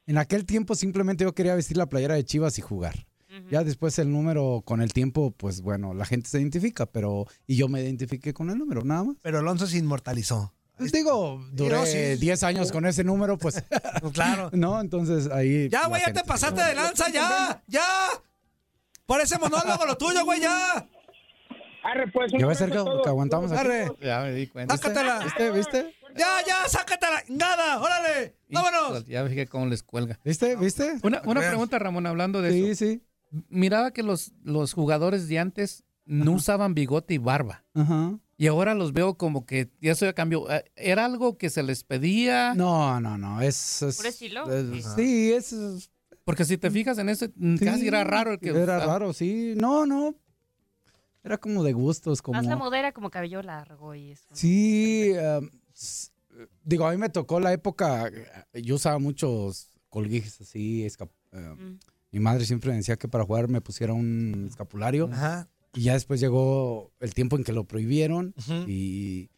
S4: en aquel tiempo simplemente yo quería vestir la playera de Chivas y jugar. Ya después el número con el tiempo, pues bueno, la gente se identifica, pero y yo me identifiqué con el número, nada más.
S1: Pero Alonso se inmortalizó.
S4: Pues digo, duré
S1: sí.
S4: 10 años con ese número, pues
S1: Claro.
S4: no, entonces ahí.
S1: Ya,
S4: la
S1: güey, ya
S4: gente
S1: te
S4: se
S1: pasaste
S4: quedó.
S1: de lanza, ya, ya. Por ese monólogo, lo tuyo, güey, ya.
S9: Arre, pues, un
S4: Ya va a ser que,
S9: abrazo a todos.
S4: que aguantamos aquí.
S1: Arre,
S5: Ya me di cuenta.
S1: sácatela.
S4: ¿Viste? ¿Viste?
S1: Ya, ya, sácatela. Nada, órale, vámonos.
S5: Ya fíjate cómo les cuelga.
S4: ¿Viste? ¿Viste?
S5: Una, una
S1: Veas.
S5: pregunta, Ramón, hablando de
S4: Sí,
S5: eso.
S4: sí.
S5: Miraba que los, los jugadores de antes no usaban bigote y barba.
S4: Ajá.
S5: Y ahora los veo como que ya se cambió. Eh, ¿Era algo que se les pedía?
S4: No, no, no. Es. es-
S3: Puro estilo.
S4: es- sí, es. es-
S5: Porque si te fijas en ese, mm,
S4: sí.
S5: casi era raro el que
S4: Era
S5: usaba.
S4: raro, sí. No, no. Era como de gustos, como.
S3: Más la modera como cabello largo y eso.
S4: Sí, um, s- digo, a mí me tocó la época, eh, yo usaba muchos colguijes así, esca- eh,
S3: Mm.
S4: mi madre siempre me decía que para jugar me pusiera un escapulario
S1: Ajá.
S4: y ya después llegó el tiempo en que lo prohibieron
S1: Ujú.
S4: y,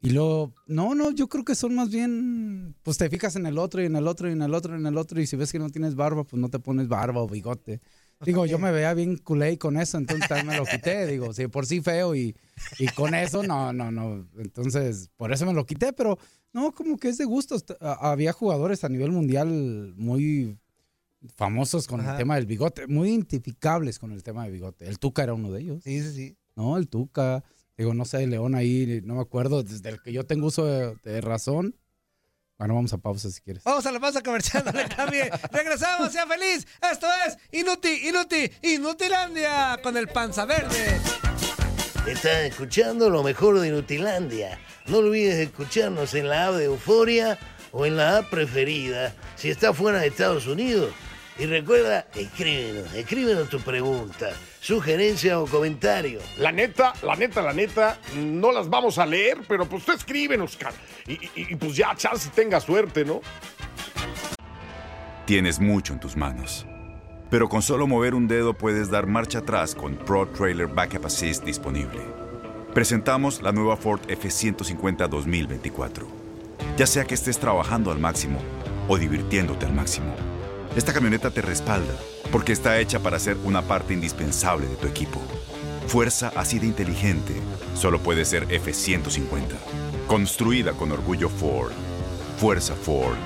S4: y luego, no, no, yo creo que son más bien, pues te fijas en el otro y en el otro y en el otro y en el otro y si ves que no tienes barba, pues no te pones barba o bigote. Digo, yo me veía bien culé y con eso, entonces también me lo quité, digo, sí, por sí feo y, y con eso, no, no, no, entonces por eso me lo quité, pero no, como que es de gustos. T- a- Había jugadores a nivel mundial muy famosos con
S1: Ajá.
S4: el tema del bigote, muy identificables con el tema del bigote. El Tuca era uno de ellos.
S1: Sí, sí, sí.
S4: No, el Tuca. Digo, no sé, León ahí, no me acuerdo. Desde el que yo tengo uso de, de razón. Bueno, vamos a pausa si quieres.
S1: Vamos a la pausa comercial, no le cambie. Regresamos, sea feliz. Esto es Inuti, Inuti, Inutilandia con el panza verde.
S10: Estás escuchando lo mejor de Nutilandia. No olvides escucharnos en la app de Euforia o en la app preferida si estás fuera de Estados Unidos. Y recuerda, escríbenos, escríbenos tu pregunta, sugerencia o comentario.
S11: La neta, la neta, la neta, no las vamos a leer, pero pues tú escríbenos, cara. Y, y- y pues ya, chance tenga suerte, ¿no?
S12: Tienes mucho en tus manos. Pero con solo mover un dedo puedes dar marcha atrás con Pro Trailer Backup Assist disponible. Presentamos la nueva Ford F150 2024. Ya sea que estés trabajando al máximo o divirtiéndote al máximo, esta camioneta te respalda porque está hecha para ser una parte indispensable de tu equipo. Fuerza así de inteligente solo puede ser F150. Construida con orgullo Ford. Fuerza Ford.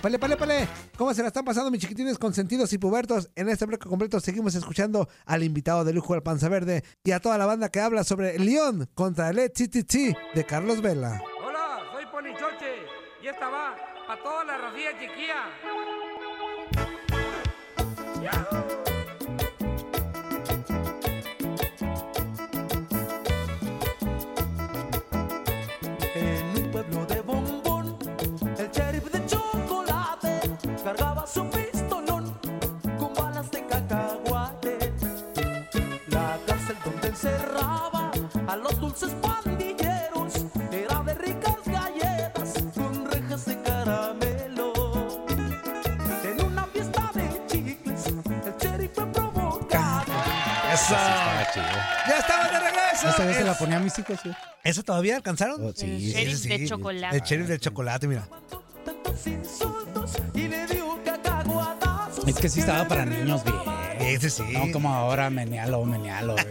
S1: Pale, pale, pale. ¿Cómo se la están pasando, mis chiquitines consentidos y pubertos? En este bloque completo seguimos escuchando al invitado de lujo al Panza Verde y a toda la banda que habla sobre León contra el ETTT de Carlos Vela.
S13: Hola, soy Ponichoche y esta va para toda la racía chiquilla.
S2: En un pueblo de bombón, el sheriff de chocolate cargaba su pistolón con balas de cacahuate. La cárcel donde encerraba a los dulces pandilleros era de ricas galletas con rejas de caramelo. En una fiesta de chicles, el sheriff fue provocado.
S1: ¡Eso! ¡Ya estamos de regreso!
S5: ¿No sabía se
S1: Es-
S5: la ponía a mis hijos? sí? Oh,
S1: ¿Eso todavía alcanzaron?
S5: sí. El sheriff
S1: Ese
S5: de chocolate.
S1: El sheriff de chocolate, mira.
S2: y le dio cacahuatazos.
S4: Es que sí estaba para niños bien.
S1: Ese sí.
S4: No, como ahora, menealo, menealo. güey.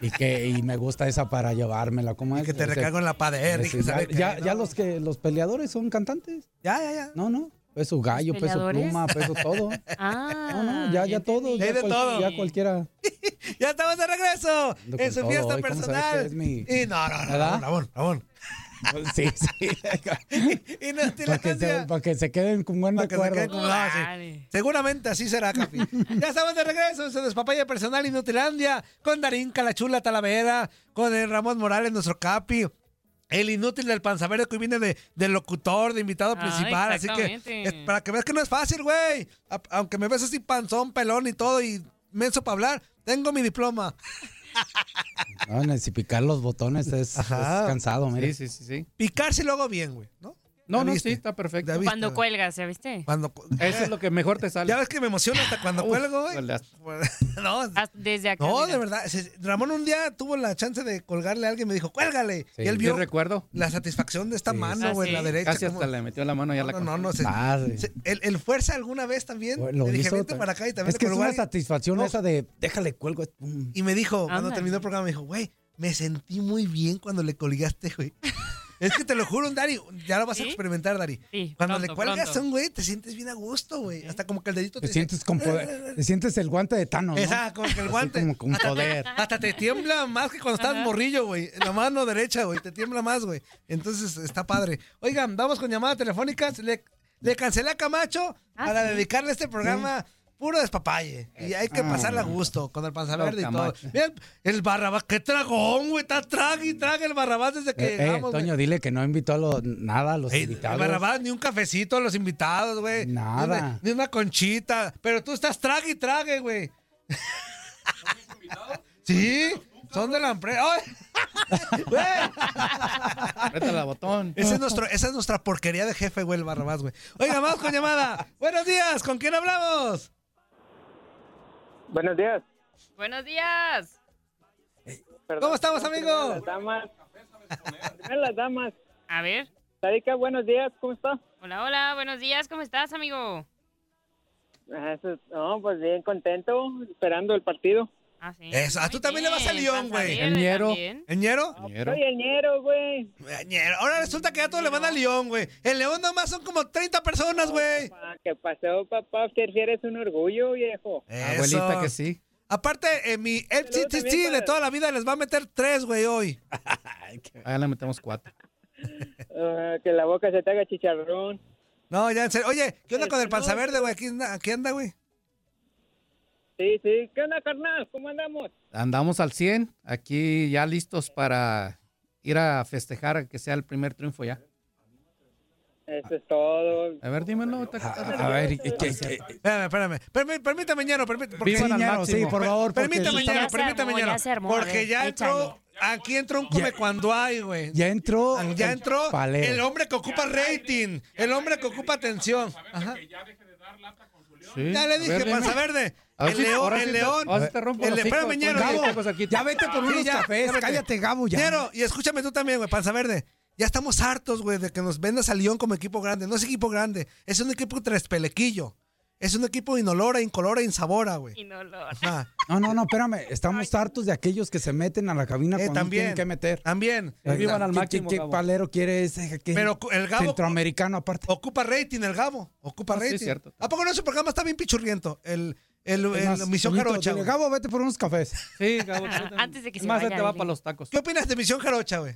S4: Y, que, y me gusta esa para llevármela. ¿Cómo es?
S1: que te
S4: Ese-
S1: recargo en la pared y
S4: ese-
S1: que
S4: ya,
S1: sabe que-
S4: ya- ya los que los peleadores son cantantes.
S1: Ya, ya, ya.
S4: No, no. Peso gallo, peso
S1: peleadores? Ah,
S4: pluma, peso todo. No, no, ya, ya todos.
S1: entendí. Hay
S4: Ya,
S1: de
S4: cual-
S1: todo.
S4: ya cualquiera.
S1: ¡Ya estamos de regreso! En
S4: Ando con
S1: su
S4: todo
S1: fiesta
S4: hoy, ¿cómo sabe que
S1: personal.
S4: es mi-
S1: Y no, no, no,
S4: ¿Verdad? Pues
S1: Ramón, Ramón.
S4: Sí, sí. para, que se, para que se queden con buen
S1: que se
S4: recuerdo.
S1: quede como- ah, sí. Seguramente así será, Capi. ya estamos de regreso en su despapaya personal Inutilandia con Darín Calachula Talavera, con el Ramón Morales, nuestro Capi. El inútil del panzaverde que viene de, de locutor, de invitado
S4: Ah,
S1: principal. Así que
S4: exactamente.
S1: es para que veas que no es fácil, güey. A- Aunque me ves así panzón, pelón y todo y menso para hablar, tengo mi diploma.
S4: No, en el- si picar los botones es, es
S1: Ajá.
S4: cansado, mira.
S1: Sí,
S5: sí, sí, sí.
S1: Picar si lo hago bien, güey. ¿no?
S5: No,
S1: ¿Ya
S5: no,
S1: viste?
S5: sí, está perfecto.
S1: ¿Ya viste?
S3: Cuando cuelgas, ¿ya viste?
S1: Cuando cu-
S5: Eso es lo que mejor te sale.
S1: Ya ves que me emociona hasta cuando cuelgo, güey. No,
S3: Ah, desde acá.
S1: No,
S3: mira.
S1: de verdad. se- Ramón un día tuvo la chance de colgarle a alguien y me dijo, cuélgale.
S5: Sí,
S1: y él
S5: sí
S1: vio
S5: recuerdo.
S1: la satisfacción de esta mano, güey, la derecha.
S5: Casi
S1: como-
S5: hasta le metió la mano ya la
S1: no, no, no,
S5: congelé.
S1: se- se- el, el fuerza alguna vez también.
S4: Lo
S1: le dije,
S4: hizo
S1: vente
S4: ta-
S1: para acá y también
S4: es
S1: le
S4: que es
S1: colgó a
S4: una
S1: alguien.
S4: satisfacción esa de déjale cuelgo. pum.
S1: Y me dijo, cuando
S4: Ándale.
S1: terminó el programa, me dijo, güey, me sentí muy bien cuando le colgaste, güey. Es que te lo juro, Dari, ya lo vas a experimentar, Dari. Cuando
S4: pronto,
S1: le cuelgas
S4: pronto.
S1: a un güey, te sientes bien a gusto, güey. Hasta como que el dedito
S4: Te
S1: dice, "Ah,
S4: sientes con poder, te sientes el guante de Thanos, ¿no?
S1: Exacto, como que el
S4: Así
S1: guante.
S4: como con
S1: Hasta te-
S4: poder.
S1: Hasta te tiembla más que cuando estás morrillo, güey. La mano derecha, güey. Te tiembla más, güey. Entonces está padre. Oigan, vamos con llamadas telefónicas. Le, le cancelé a Camacho
S4: Ah,
S1: para
S4: sí.
S1: dedicarle este programa puro despapalle. Y hay que
S4: Ah.
S1: pasarla a gusto con el panza
S4: No,
S1: verde y todo.
S4: Camacho.
S1: Mira, el barrabás, qué tragón, güey. Está trague y trague el barrabás desde que
S4: Eh, eh,
S1: llegamos, güey.
S4: Toño, dile que no invitó a los, nada a los invitados.
S1: El Barrabás, ni un cafecito a los invitados, güey.
S4: Nada.
S1: Ni una, ni una conchita. Pero tú estás trague y trague, güey. Sí, son de la empresa. ¡Ay! Güey.
S5: Apriétala, botón.
S1: Ese es nuestro, esa es nuestra porquería de jefe, güey, el Barrabás, güey. Oiga, vamos con llamada. Buenos días, ¿con quién hablamos?
S9: Buenos días.
S3: Buenos días.
S1: ¿Cómo estamos,
S9: amigo? Las damas. Primero las damas.
S3: A ver.
S9: Tarica, buenos días. ¿Cómo está?
S3: Hola, hola, buenos días, ¿cómo estás, amigo?
S9: Ah, eso- no, pues bien contento, esperando el partido.
S3: Ah, sí.
S1: Eso, ah, tú también le vas al León, güey.
S9: Verde ¿Ñero? también.
S1: ¿El ñero?
S9: Soy el ñero, güey.
S1: Eh, ñero. Ahora resulta que ya todos le van al León, güey. El León nomás son como 30 personas, güey.
S9: Ah, ¿Qué pasó, papá? Usted sí eres un orgullo, viejo.
S5: Abuelita que sí.
S1: Aparte, eh, mi FTTT de toda la vida les va a meter tres, güey, hoy.
S5: Ahí le metemos cuatro.
S9: Ah, que la boca se te haga chicharrón. Este,
S1: No, ya en serio. Oye, ¿qué onda con el panza verde, güey? ¿Aquí anda, aquí anda, güey?
S9: Sí, sí. ¿Qué onda, carnal? ¿Cómo andamos?
S5: Andamos al 100, aquí ya listos para ir a festejar, que sea el primer triunfo ya.
S9: Eso es todo.
S5: A ver, dímelo.
S1: A ver, ¿y qué- qué- Espérame, espérame. Permí- Permítame, Ñero, permítame. porque-
S5: Vivan al Ñero, máximo. sí, por favor, porque
S1: Permítame,
S5: ya
S1: Ñero,
S5: se
S1: permítame,
S5: armó,
S1: Ñero.
S5: ya se armó, a
S1: Porque
S5: ver,
S1: ya entró, aquí entró un come cuando hay, güey. Ya entró. Ya entró
S4: palero.
S1: el hombre que ocupa rating, el hombre que ocupa atención. Ajá. Ya le dije, pasa verde. El león, el león. el león- Espérame, Ñero.
S4: ya vete por unos cafés. Cállate, Gabo, ya.
S1: Ñero, y escúchame tú también, güey, panza verde. Ya estamos hartos, güey, de que nos vendas al León como equipo grande. No es equipo grande, es un equipo trespelequillo. Es un equipo inolora, incolora, insabora, güey.
S3: Inolora.
S4: No, no, no, espérame. Estamos hartos de aquellos que se meten a la cabina cuando
S1: Eh, también,
S4: tienen que meter.
S1: También.
S4: ¿Qué,
S1: Vivan al
S4: qué-
S1: máximo,
S4: qué
S1: Gabo.
S4: palero quiere ese? ¿Qué-
S1: Pero cu- el Gabo-
S4: Centroamericano aparte.
S1: Ocupa rating el Gabo, ocupa
S4: Ah, sí,
S1: rating.
S4: es cierto.
S1: ¿A poco no su programa está bien pichurriento? El, el,
S4: Es
S1: el
S4: más,
S1: Misión
S4: bonito,
S1: Jarocha,
S4: dile,
S1: güey.
S4: Gabo, vete por unos cafés.
S5: Sí, Gabo.
S3: Antes de que se
S5: Más
S3: vaya
S5: te va
S3: alguien.
S5: para los tacos.
S1: ¿Qué opinas de Misión Jarocha, güey?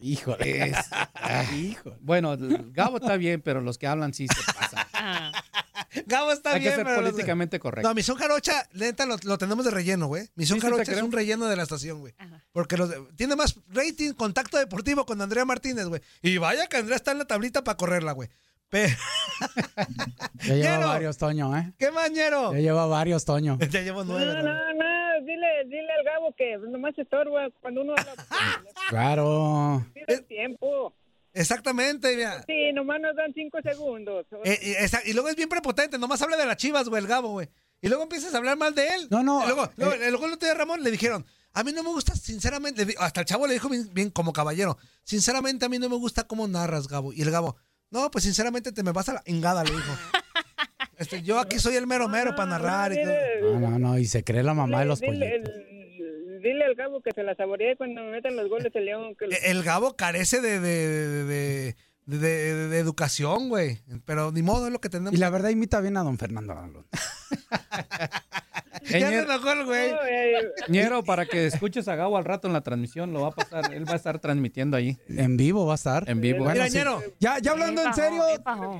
S5: Híjole. Híjole. Bueno, el Gabo está bien, pero los que hablan sí se pasan.
S1: Gabo está
S5: Hay que
S1: bien,
S5: ser
S1: pero los-
S5: políticamente correcto.
S1: No, Misión Jarocha, neta, lo, lo tenemos de relleno, güey. Misión
S5: Sí, sí, te
S1: Jarocha es
S5: creo.
S1: un relleno de la estación, güey. Porque los, tiene más rating, contacto deportivo con Andrea Martínez, güey. Y vaya que Andrea está en la tablita para correrla, güey. Pero,
S4: Ya lleva
S1: Ñero.
S4: varios, Toño, ¿eh?
S1: ¿Qué mañero?
S4: Ya lleva varios, Toño.
S1: Ya llevo
S9: No, no, no, dile, dile al Gabo que nomás estorba cuando uno habla
S4: Claro.
S9: pierde el tiempo.
S1: Exactamente, mira.
S9: Sí, nomás nos dan cinco segundos.
S1: Eh, eh, esa- y luego es bien prepotente, nomás habla de las chivas, güey, el Gabo, güey. Y luego empiezas a hablar mal de él. No, eh, no. Luego, luego, luego el otro día Ramón le dijeron, a mí no me gusta, sinceramente, le di- hasta el chavo le dijo bien, bien como caballero, sinceramente a mí no me gusta cómo narras, Gabo. Y el Gabo, no, pues sinceramente te me vas a la engada, le dijo. Este, yo aquí soy el mero mero para narrar y todo.
S4: No, no, no. Y se cree la mamá de los
S9: Dile,
S4: pollitos.
S9: el- dile al Gabo que se la saboree cuando me metan los goles el León.
S4: Eh,
S9: Que los-
S1: E-, El Gabo carece de, de, de- de- de- de educación, güey. Pero ni modo, es lo que tenemos.
S4: Y la verdad imita bien a don Fernando Alonso.
S1: ya se enojó el güey.
S5: Ñero, para que escuches a Gabo al rato en la transmisión, lo va a pasar. Él va a estar transmitiendo ahí.
S4: En vivo va a estar.
S5: En vivo.
S4: Bueno,
S5: Mira,
S4: sí.
S5: Ñero.
S4: Ya, ya hablando en serio.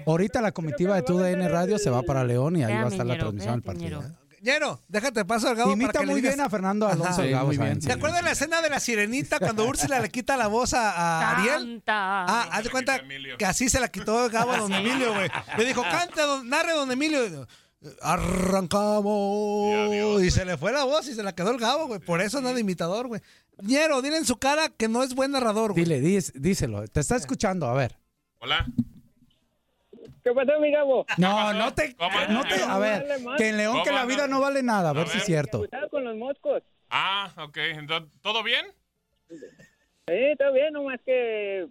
S4: Ahorita la comitiva de TUDN Radio se va para León y ahí va a
S1: Espérame,
S4: estar la
S1: Ñero,
S4: transmisión del
S1: espérate,
S4: partido. ¿eh?
S1: Ñero, déjate paso al Gabo.
S4: Imita
S1: para que le
S4: muy
S1: digas-
S4: bien a Fernando Alonso,
S1: Ajá.
S4: el Gabo,
S1: muy
S4: ¿saben?
S1: bien.
S4: Sí.
S1: ¿Te acuerdas de la escena de la sirenita cuando Úrsula le quita la voz a, a Ariel? Ah, haz de cuenta que así se la quitó el Gabo a don
S11: Sí.
S1: Emilio, güey. Le dijo, canta, don- narre don Emilio. Arrancamos. Y, se le fue la voz y se la quedó el Gabo, güey. Por eso nada de imitador, güey. Ñero, dile en su cara que no es buen narrador, güey.
S4: Dile, dis- díselo. Te está escuchando, a ver.
S14: Hola.
S9: ¿Qué pasó, mi Gabo?
S4: No, no te,
S9: ¿Cómo?
S4: no te. A ver,
S9: Dale más.
S4: que en León que la vida no vale nada. A ver si es cierto.
S9: Cuidado con los moscos.
S14: Ah, ok. Entonces, ¿todo bien?
S9: Sí, todo bien, nomás que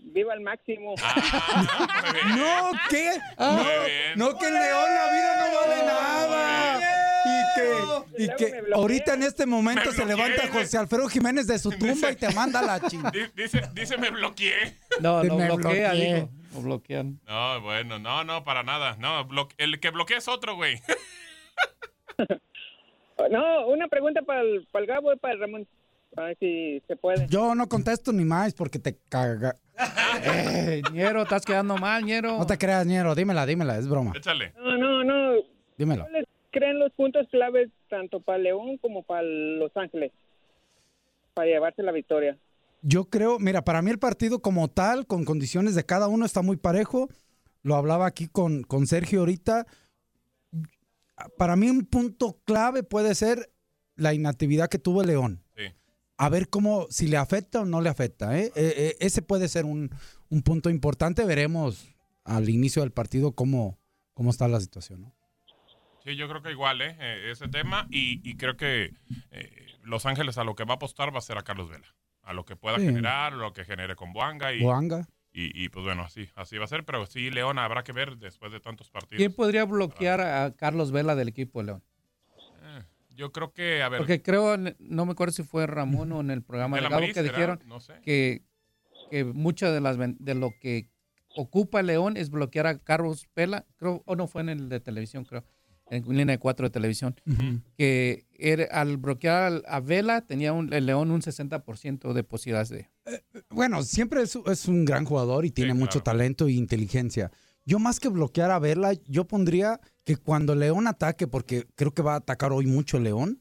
S9: viva al máximo.
S4: Ah,
S9: Ah.
S4: No, ¿qué? No, no, que en León la vida no vale nada. Y que, y que ahorita en este momento se levanta José Alfredo Jiménez de su tumba y te manda la chingada.
S14: Di- Dice, dice me bloqueé.
S5: No,
S4: Te
S5: lo
S4: me
S5: bloquea,
S4: bloqueé.
S5: digo. Lo bloquean.
S14: No, bueno, no, no, para nada. No, bloque- el que bloquea es otro, güey.
S9: No, una pregunta para el, para el Gabo y para el Ramón. A ver si se puede.
S4: Yo no contesto ni más porque te caga.
S5: Eh, Ñero, estás quedando mal, Ñero.
S4: No te creas, Ñero. Dímela, dímela. Es broma.
S14: Échale.
S9: No, no, no.
S4: Dímelo.
S9: ¿Cuáles creen los puntos claves tanto para León como para Los Ángeles para llevarse la victoria?
S4: Yo creo, mira, para mí el partido como tal, con condiciones de cada uno, está muy parejo. Lo hablaba aquí con, con Sergio ahorita. Para mí un punto clave puede ser la inactividad que tuvo León.
S14: Sí.
S4: A ver cómo, si le afecta o no le afecta. ¿eh? Eh, eh, ese puede ser un, un punto importante. Veremos al inicio del partido cómo, cómo está la situación. ¿no?
S14: Sí, yo creo que igual, ¿eh? Eh, Ese tema. Y, y creo que eh, Los Ángeles a lo que va a apostar va a ser a Carlos Vela. A lo que pueda
S4: Sí.
S14: generar, lo que genere con Boanga. Y,
S4: Boanga.
S14: Y, y, pues bueno, así, así va a ser. Pero sí, León habrá que ver después de tantos partidos.
S5: ¿Quién podría bloquear a Carlos Vela del equipo de León?
S14: Eh, yo creo que, a ver.
S5: Porque creo, en- no me acuerdo si fue Ramón o en el programa
S14: El
S5: de Gabo que
S14: Ambrís, ¿será?
S5: dijeron
S14: No sé.
S5: que, que mucho de, las, ven- de lo que ocupa León es bloquear a Carlos Vela, creo, o no fue en el de televisión, creo, en línea de cuatro de televisión,
S4: Ujú.
S5: que era- al bloquear al- a Vela tenía un, el León un 60% de posibilidades de...
S4: Bueno, siempre es, es un gran jugador y tiene mucho talento e inteligencia. Yo más que bloquear a Vela, yo pondría que cuando León ataque, porque creo que va a atacar hoy mucho León,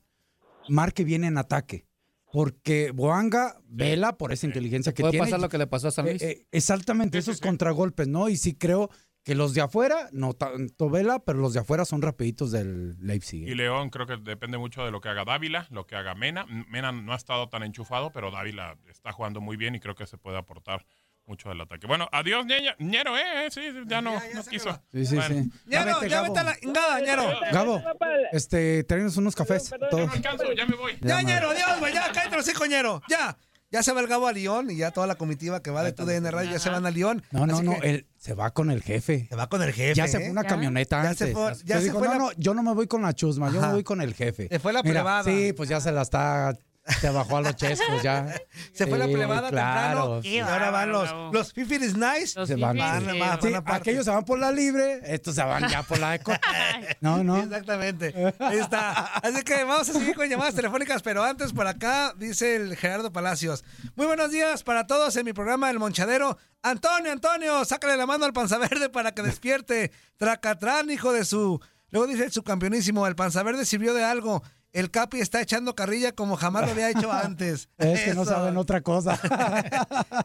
S4: marque bien en ataque. Porque Boanga vela por esa inteligencia que
S5: Puede
S4: tiene.
S5: pasar lo que le pasó a San Luis.
S4: Eh, eh, exactamente, esos contragolpes, ¿no? Y sí creo que los de afuera, no tanto vela, pero los de afuera son rapiditos del Leipzig.
S14: Y
S4: ¿eh?
S14: León creo que depende mucho de lo que haga Dávila, lo que haga Mena. M- Mena no ha estado tan enchufado, pero Dávila está jugando muy bien y creo que se puede aportar mucho del ataque. Bueno, adiós, Ñeña- Ñero, ¿eh? eh, Sí, ya no, no quiso.
S4: Sí, sí, sí.
S1: Ñero,
S4: vete,
S1: ya
S4: Gabo.
S1: vete a la ingada, Ñero.
S4: Gabo, este, traernos unos cafés. todos.
S14: ya me voy.
S1: Ya,
S4: Ya,
S1: Ñero, adiós, güey, ya, cállate los hijos, Ñero, ya. Ya se va el Gabo a León y ya toda la comitiva que va de TUDN Radio ya se van a León.
S4: No, no,
S1: Así
S4: no,
S1: que
S4: él se va con el jefe. Se
S1: va con el jefe,
S4: Ya se
S1: ¿eh?
S4: fue una
S1: Ya.
S4: camioneta
S1: Ya
S4: antes.
S1: se fue- ya
S4: Yo
S1: se
S4: digo,
S1: fue
S4: no,
S1: la-
S4: no, yo no me voy con la chusma, yo
S1: Ajá.
S4: me voy con el jefe.
S1: Se fue la plebada.
S4: Sí, pues ya se la está, se bajó a los chescos ya.
S1: se fue la
S4: Sí,
S1: plebada temprano
S4: claro,
S1: y ahora van los, los Fifiris Nice.
S4: Se van.
S1: Van, van, van
S4: Sí,
S1: aparte.
S4: aquellos se van por la libre, estos se van ya por la de corte. No, no.
S1: Exactamente. Ahí está. Así que vamos a seguir con llamadas telefónicas, pero antes por acá dice el Gerardo Palacios. Muy buenos días para todos en mi programa El Monchadero. Antonio, Antonio, sácale la mano al panzaverde para que despierte. Tracatrán, hijo de su. Luego dice el subcampeonísimo, el panzaverde sirvió de algo. El Capi está echando carrilla como jamás lo había hecho antes.
S4: Es que no
S1: Eso.
S4: saben otra cosa.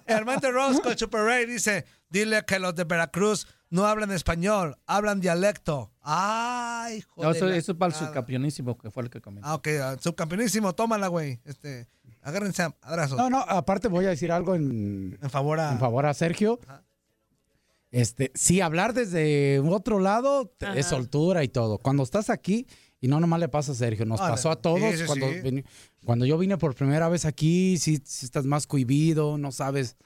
S1: Armando Rosco Chuperrey dice, dile que los de Veracruz no hablan español, hablan dialecto. Ay, hijo
S5: No,
S1: de
S5: eso,
S1: la
S5: eso es para el
S1: chingada.
S5: subcampeonísimo, que fue el que comentó.
S1: Ah, ok, ah, subcampeonísimo, tómala, güey. Este, agárrense a abrazos.
S4: No, no, aparte voy a decir algo en,
S1: favor a...
S4: Sergio. Este, sí, hablar desde otro lado te- es soltura y todo. Cuando estás aquí, y no nomás le pasa a Sergio, nos
S1: Ah,
S4: pasó
S1: no.
S4: a todos.
S1: Sí, sí,
S4: cuando,
S1: sí.
S4: veni- cuando yo vine por primera vez aquí, sí, sí estás más cohibido, no sabes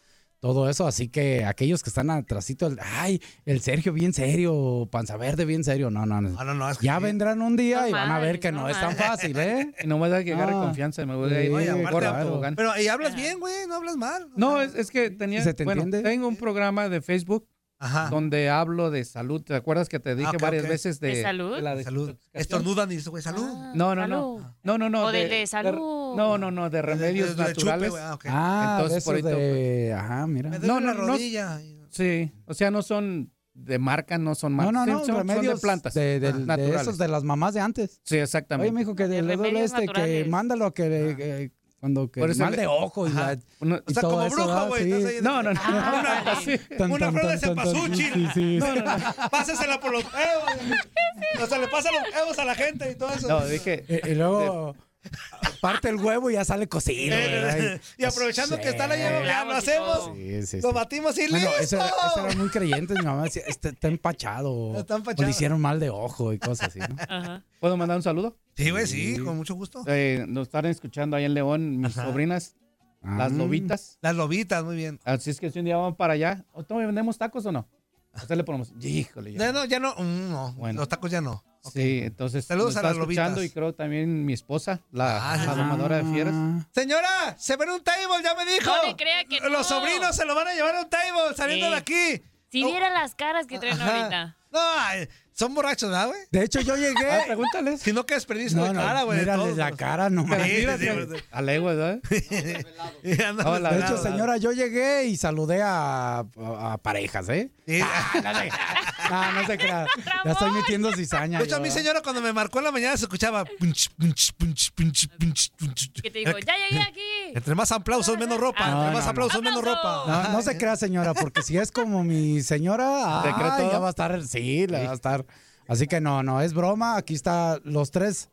S4: todo eso. Así que aquellos que están atrasito, el- ay, el Sergio bien serio, Panza Verde bien serio. No, no, no.
S1: Ah,
S4: ya vendrán un día y van a ver que no, es tan fácil, ¿eh?
S5: Y nomás hay que agarre
S4: Ah.
S5: confianza, me voy a ir.
S4: Sí, aparte, pues,
S5: gorda,
S4: claro.
S5: tobogán.
S1: Pero, y hablas bien, güey, no hablas mal.
S5: No, es, es que tenía.
S1: ¿Se te
S5: bueno,
S1: entiende?
S5: tengo un programa de Facebook donde hablo de salud. ¿Te acuerdas que te dije
S1: Ah, ok,
S5: varias
S1: ok.
S5: veces de, la de
S1: salud. Estornudan y dice, güey, Ah, salud.
S4: Ah.
S5: No, no, no. No, no, no.
S1: O del de salud.
S5: no, no, no, de remedios
S1: de- de chupe,
S5: naturales.
S1: güey, ah, ok.
S4: Ah, de
S5: Entonces, por
S4: esos
S5: ahí te-
S4: de- Ajá, mira.
S1: Me duele la rodilla.
S5: Sí, o sea, no son de marca, no son
S4: No,
S5: marcas.
S4: no,
S5: sí,
S4: no,
S5: son, son
S4: remedios
S5: de plantas.
S4: de, de- de
S5: naturales.
S4: esos de las mamás de antes.
S5: Sí, exactamente.
S4: Oye, me dijo que le duele
S5: remedios
S4: este,
S5: naturales.
S4: que mándalo, que, le- que- cuando que
S5: Por eso
S4: mal
S5: le-
S4: de ojo y,
S5: Ajá.
S4: la,
S5: Uno-
S4: y
S5: O sea,
S4: todo
S5: como
S4: eso,
S5: brujo,
S4: ¿verdad?
S5: güey,
S4: Sí.
S5: estás ahí de-
S4: No, no, no.
S5: Ah,
S1: Una,
S5: vale.
S4: Tan,
S1: una
S4: tan,
S1: flor de
S4: tan, tan, tan,
S1: cempasúchil.
S4: sí, sí.
S1: No, no, no. Pásasela por los huevos. O sea, le pasa los huevos a la gente y todo eso.
S5: No, dije.
S4: Y, y luego parte el huevo y ya sale cocido. ¿verdad?
S1: y aprovechando
S4: Sí.
S1: que está la llave, ya lo hacemos.
S4: Sí, sí,
S1: Lo
S4: sí.
S1: batimos y
S4: Bueno,
S1: listo.
S4: eso era, eso era muy creyente. Mi mamá decía, "Este está empachado.
S1: Está empachado.
S4: O le hicieron mal de ojo y cosas así, ¿no?
S5: ¿Puedo mandar un saludo?
S1: Sí, güey, sí, con mucho gusto.
S5: Eh, nos están escuchando ahí en León, mis sobrinas, las
S4: Ah.
S5: lobitas.
S1: Las lobitas, muy bien.
S5: Así es que si un día vamos para allá, ¿o tome- vendemos tacos o no? A usted le ponemos, híjole. ya.
S1: No, no, ya no. mm, no,
S5: Bueno.
S1: los tacos ya no.
S5: Sí, entonces.
S1: Saludos
S5: nos
S1: a
S5: está
S1: las lobitas.
S5: escuchando Y creo también mi esposa, la,
S1: Ah,
S5: la
S1: sí.
S5: domadora de fieras.
S4: Ah.
S1: Señora, se ven un table, ya me dijo.
S3: No le crea que no.
S1: Los sobrinos se lo van a llevar a un table saliendo
S3: Sí.
S1: de aquí. Oh.
S3: Si viera las caras que traen
S1: Ajá.
S3: ahorita.
S1: No, ay, son borrachos, ¿verdad, güey?
S4: De hecho, yo llegué.
S1: Ah,
S5: pregúntales.
S1: Si no, que desperdicio
S4: No,
S1: de
S4: no,
S1: cara, güey. de
S4: mírales
S1: todos.
S4: la cara nomás.
S1: Sí, sí, sí,
S4: Mírales.
S1: sí.
S5: A legua, ¿verdad?
S1: Y andan
S4: de
S1: desvelados.
S4: hecho, señora, yo llegué y saludé a, a- a parejas, ¿eh? Ah, no se crea. Ya estoy metiendo cizaña.
S1: De hecho, a
S4: yo,
S1: mi
S4: ¿eh? ¿verdad?
S1: señora cuando me marcó en la mañana se escuchaba punch, punch, punch, punch, punch, punch. Eh,
S3: Que te digo, ya llegué aquí. Ah,
S1: Entre más aplausos, menos ropa.
S4: No,
S1: Entre
S4: no,
S1: más
S4: no.
S1: aplausos, menos ropa.
S4: No, no se crea, señora, porque si es como mi señora,
S1: ¿Te cree
S4: ay,
S1: todo?
S4: ya va a estar, sí, la va a estar. Así que no, no, es broma. Aquí está los tres,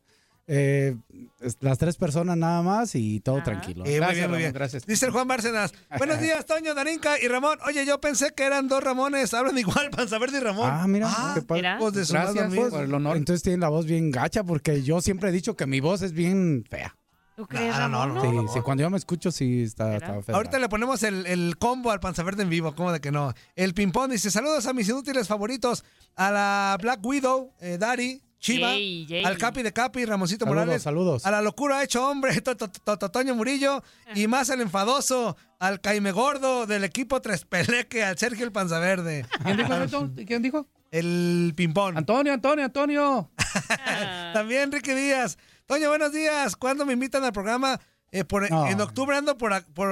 S4: eh, es- las tres personas nada más y todo tranquilo.
S1: Eh, muy bien, muy bien. Dice el Juan Bárcenas. Buenos días, Toño, Darinka y Ramón. Oye, yo pensé que eran dos Ramones. Hablan igual, Panzaverde y Ramón.
S4: Ah, mira, qué padre.
S1: Pues de su lado,
S5: Gracias
S1: amigo.
S5: por el honor.
S4: Entonces tiene la voz bien gacha porque yo siempre he dicho que mi voz es bien fea.
S3: ¿Tú
S1: crees, Ah, No, no, Ramón? no,
S4: Sí,
S1: no.
S4: sí, cuando yo me escucho sí está, está fea.
S1: Ahorita le ponemos el, el combo al Panzaverde en vivo, ¿cómo de que no? El Pimpón dice, saludos a mis inútiles favoritos, a la Black Widow, eh, Dari, Chiva,
S3: Yay, yay.
S1: al Capi de Capi, Ramoncito
S4: Saludos,
S1: Morales,
S4: saludos.
S1: a la locura hecho hombre, To- To- To- To- Toño Murillo, y más al enfadoso, al Caime Gordo del equipo Tres Peleque, al Sergio el Panzaverde.
S5: ¿Quién dijo, Beto? ¿Quién dijo?
S1: El Pimpón.
S5: Antonio, Antonio, Antonio.
S6: Ah.
S1: También Enrique Díaz. Toño, buenos días. ¿Cuándo me invitan al programa? Eh, por-
S4: No.
S1: En octubre ando por... ac- por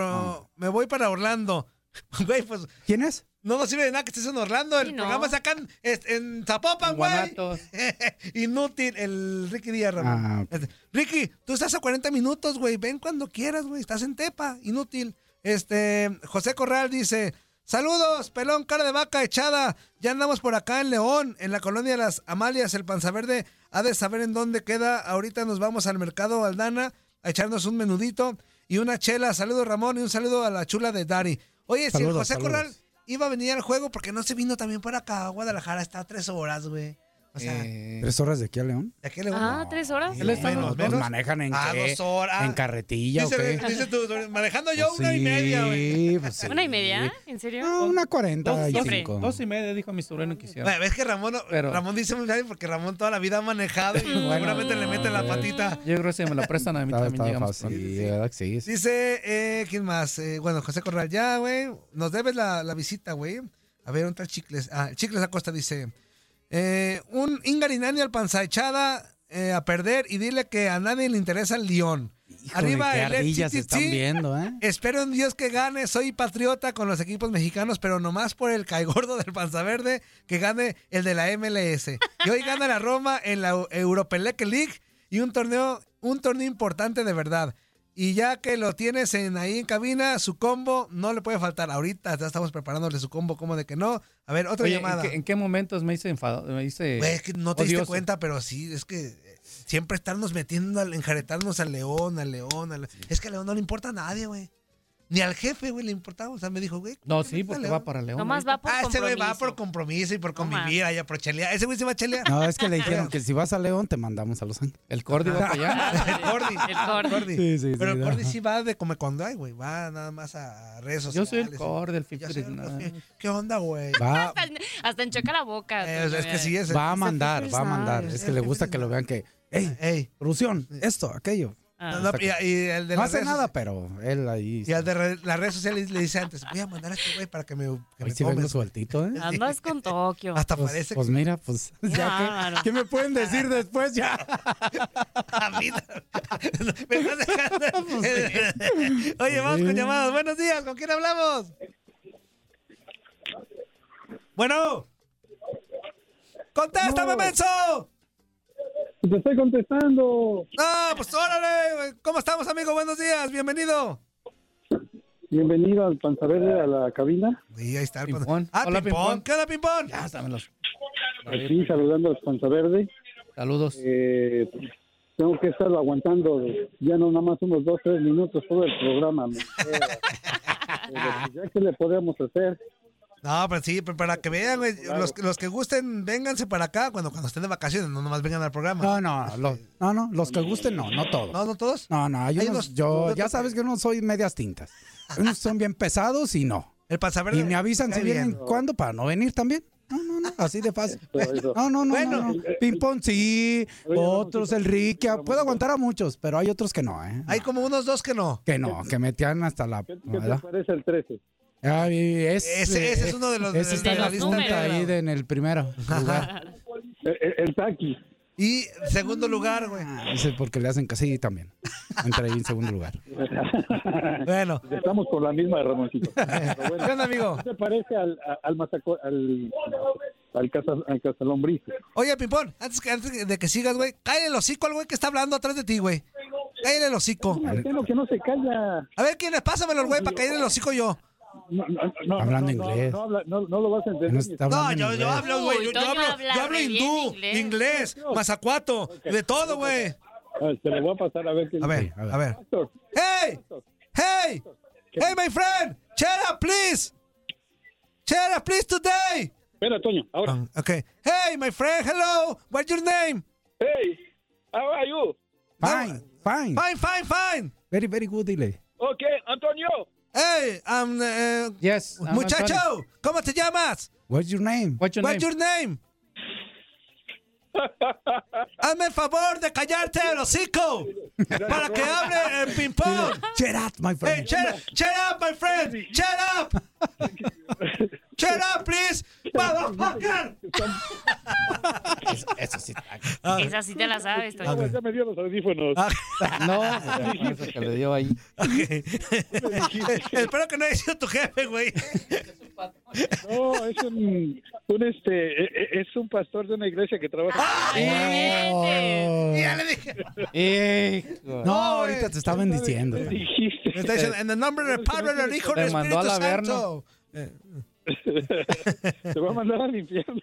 S1: Me voy para Orlando. Güey, pues...
S4: ¿Quién es?
S1: No nos sirve de nada que estés en Orlando. El
S6: Sí, no.
S1: programa sacan es- en Zapopan, güey. Inútil, el Ricky Díaz, Ramón. Este, Ricky, tú estás a 40 minutos, güey. Ven cuando quieras, güey. Estás en Tepa. Inútil. Este, José Corral dice: Saludos, pelón, cara de vaca echada. Ya andamos por acá en León, en la colonia Las Amalias. El panzaverde ha de saber en dónde queda. Ahorita nos vamos al mercado Aldana a echarnos un menudito y una chela. Saludos, Ramón, y un saludo a la chula de Dari. Oye, si el
S4: Saludos,
S1: José
S4: saludos.
S1: Corral iba a venir al juego porque no se vino también para acá a Guadalajara. Está a tres horas, güey. O sea,
S4: Eh, ¿Tres horas de aquí a León?
S1: ¿de qué le
S3: Ah, tres horas.
S1: Él está en los
S4: ¿Nos
S1: menos.
S4: manejan en
S1: Ah,
S4: qué?
S1: dos horas.
S4: ¿En carretilla o
S1: Dice,
S4: qué?
S1: dice tú, manejando yo
S4: Pues
S1: una y
S4: sí,
S1: media, güey.
S4: pues
S3: Ah,
S4: sí. Ah,
S3: ¿Una y media? ¿En serio?
S4: Una
S5: Dos,
S4: cuarenta y
S5: dos-
S4: cinco.
S5: dos y media, dijo mi sobrino que hiciera.
S1: Bueno, ves que Ramón,
S5: Pero-
S1: Ramón dice muy bien porque Ramón toda la vida ha manejado y
S5: Bueno,
S1: seguramente le mete
S4: pues.
S1: la patita.
S5: Yo creo que si me la prestan a mí
S4: Estaba-
S5: también
S4: estaba
S5: llegamos.
S4: fácil, ¿verdad que sí? Sí.
S1: Dice, eh, ¿quién más? Eh, bueno, José Corral, ya, güey. Nos debes la, la visita, güey. A ver, un tal Chicles. Ah, Chicles Acosta dice: eh, Un Ingarinani al panza echada eh, a perder y dile que a nadie le interesa el León.
S4: Híjole,
S1: Arriba
S4: qué
S1: el
S4: ardillas se
S1: FTT.
S4: están viendo, ¿eh?
S1: Espero en Dios que gane. Soy patriota con los equipos mexicanos, pero nomás por el caigordo del panza verde que gane el de la MLS. Y hoy gana la Roma en la Europelec League y un torneo, un torneo importante de verdad. Y ya que lo tienes en, ahí en cabina, su combo no le puede faltar. Ahorita ya estamos preparándole su combo, como de que no. A ver, otra
S5: Oye, ¿en
S1: llamada.
S5: qué- ¿en, qué momentos me hice enfado? Me hice
S1: Güey, es que no te diste
S5: odioso?
S1: cuenta, pero sí, es que eh, siempre estarnos metiendo, al, enjaretarnos al león, al león, al- Es que al león no le importa a nadie, güey. Ni al jefe, güey, le importaba. O sea, me dijo, güey.
S5: No,
S1: ¿qué le
S5: sí,
S1: importa al
S5: porque va para León.
S3: Nomás va por
S1: ah, ese güey va
S3: compromiso.
S1: por compromiso y por
S3: más.
S1: convivir allá por chelear. Ese güey se va a chelear.
S4: No, es que le dijeron que si vas a León te mandamos a Los Ángeles.
S5: El Cordy va para allá.
S1: El Cordy.
S3: El Cordy.
S1: Cordy.
S4: Sí, sí, sí,
S1: Pero el
S4: no.
S1: Cordy sí va de come cuando hay, güey. Va nada más a redes
S5: Yo
S1: sociales.
S5: soy el Cordy, el
S1: Ya
S5: Fifty.
S1: sé, ¿qué- ¿Qué onda, güey?
S4: Va,
S3: Hasta, hasta encheca la boca.
S1: Eh, o sea, Ah. es que sí es.
S4: va a
S1: es-
S4: mandar, va a mandar. Es que le gusta que lo vean que, hey,
S1: Ah, Ey.
S4: Rusión, esto, aquello.
S3: Ah.
S1: No, no, y, y el de
S4: No
S1: las
S4: hace
S1: redes
S4: nada, pero él ahí.
S1: Y al de re- las redes sociales le dice antes, voy a mandar a este güey para que me, que
S4: Hoy
S1: me
S4: sí
S1: come".
S4: vengo sueltito, ¿eh?
S3: Andas con Tokio.
S1: Hasta
S4: Pues,
S1: parece
S4: pues mira, pues
S3: Qué
S4: ya
S3: bárbaro.
S4: que, ¿qué me pueden decir después ya?
S1: a mí. me estás
S4: Pues
S1: dejando. Oye, vamos con llamadas. Buenos días, ¿con quién hablamos? Bueno. ¡Contesta, Memenso!
S8: Pues Te estoy contestando.
S1: ¡No, pues órale! güey. ¿Cómo estamos, amigo? Buenos días, bienvenido.
S8: Bienvenido al Panzaverde a la cabina.
S1: Y ahí está el
S5: Pimpón.
S1: Ah,
S5: Hola,
S1: Pimpón.
S5: Pimpón.
S1: ¿Qué onda, Pimpón?
S5: Ya, dámelos.
S8: Aquí Pues saludando al Panzaverde.
S5: Saludos.
S8: Eh, tengo que estarlo aguantando ya no nada más unos dos, tres minutos todo el programa. me queda. Pero, pues, ya que le podemos hacer.
S1: No, pero sí, pero para que vean, güey, los, los que gusten, vénganse para acá cuando, cuando estén de vacaciones, no nomás vengan al programa.
S4: No, no, lo- no, no, los que gusten, no, no todos.
S1: ¿No, no todos?
S4: No, no, hay
S1: Hay
S4: unos,
S1: unos-
S4: yo,
S1: unos-
S4: ya sabes que no soy medias tintas. Hay Unos que son bien pesados y no.
S1: El panzaverde.
S4: Y me avisan
S1: Está
S4: si vienen
S1: bien.
S4: cuándo para no venir también. No, no, no, así de fácil.
S8: Eso, eso.
S4: No, no, no,
S1: Bueno.
S4: no, no. Ping-pong sí,
S8: Oye,
S4: otros el Ricky, ah, puedo aguantar a muchos, pero hay otros que no, ¿eh?
S1: Hay como unos dos que no.
S4: Que no, que metían hasta la...
S8: ¿Qué, qué te
S4: ¿verdad?
S8: parece el 13?
S4: Ay, ese,
S1: Ese, ese es uno de los
S4: ese está
S3: de
S4: en la
S3: los
S4: lista
S3: números.
S4: ahí de- en el primero lugar.
S8: El, el, el taqui.
S1: Y segundo lugar, güey.
S4: Ah, Ese porque le hacen casi también. Entre ahí en segundo lugar.
S1: Bueno.
S8: Estamos por la misma, Ramoncito. Pero bueno.
S1: ¿Qué onda, amigo?
S8: ¿Qué te parece al, a- al masaco- al, al, casa, al casalombriz?
S1: Oye, Pimpón, antes, que, antes de que sigas, güey, cállale el hocico al güey que está hablando atrás de ti, güey. Cállale el hocico.
S8: Marcelo, que no se calla.
S1: A ver quién es, pásamelo, güey, para caerle el hocico yo.
S8: No, no, no,
S4: Hablando
S8: no, no,
S4: inglés.
S8: No, habla- no, no lo vas a entender.
S4: No, está
S1: No,
S4: hablando en
S1: yo, yo
S4: inglés.
S1: hablo, güey. Yo,
S3: Uy,
S1: yo
S3: Toño
S1: hablo,
S3: habla
S1: yo hablo
S3: re bien
S1: hindú,
S3: inglés.
S1: inglés, mazacuato, de todo, güey.
S8: Ah,
S15: este,
S8: Te lo voy a pasar a ver qué
S1: A ver,
S8: dice.
S1: a ver.
S8: Pastor,
S1: ¡Hey! ¡Hey! ¡Hey, my friend! ¡Chera, please! ¡Chera, please, today!
S8: Espera, Toño, ahora.
S1: Um, okay. Hey, my friend, hello! What's your name?
S8: Hey, how are you?
S4: Fine, fine.
S1: Fine, fine, fine.
S4: Very, very good, dile.
S8: Okay, Antonio.
S1: Hey, um, eh,
S5: Yes. I'm Antonio.
S1: muchacho, ¿cómo te llamas?
S4: What's your name?
S5: What's your
S1: What's
S5: name?
S1: your name? Hazme el favor de callarte el hocico para que hable el ping-pong.
S4: Shut up, my friend.
S1: Hey, shut up, shut up, my friend. Shut up. Shut up, please. Motherfucker.
S5: Eso sí. está-
S3: Esa sí te la sabes, Toño.
S8: Ya me dio los audífonos.
S1: Ah,
S5: No, pues, eso que le dio ahí.
S1: Espero que no haya sido tu jefe, güey.
S15: No, es un, un, este, e- e- es un pastor de una iglesia que trabaja.
S1: Ah, Ya le dije.
S4: No, ahorita te está bendiciendo.
S1: eh, Me está diciendo, en el nombre del
S8: Este,
S1: Padre, del Hijo, del
S4: Te
S1: Espíritu
S4: mandó al averno.
S1: Santo.
S15: Te va a mandar al infierno.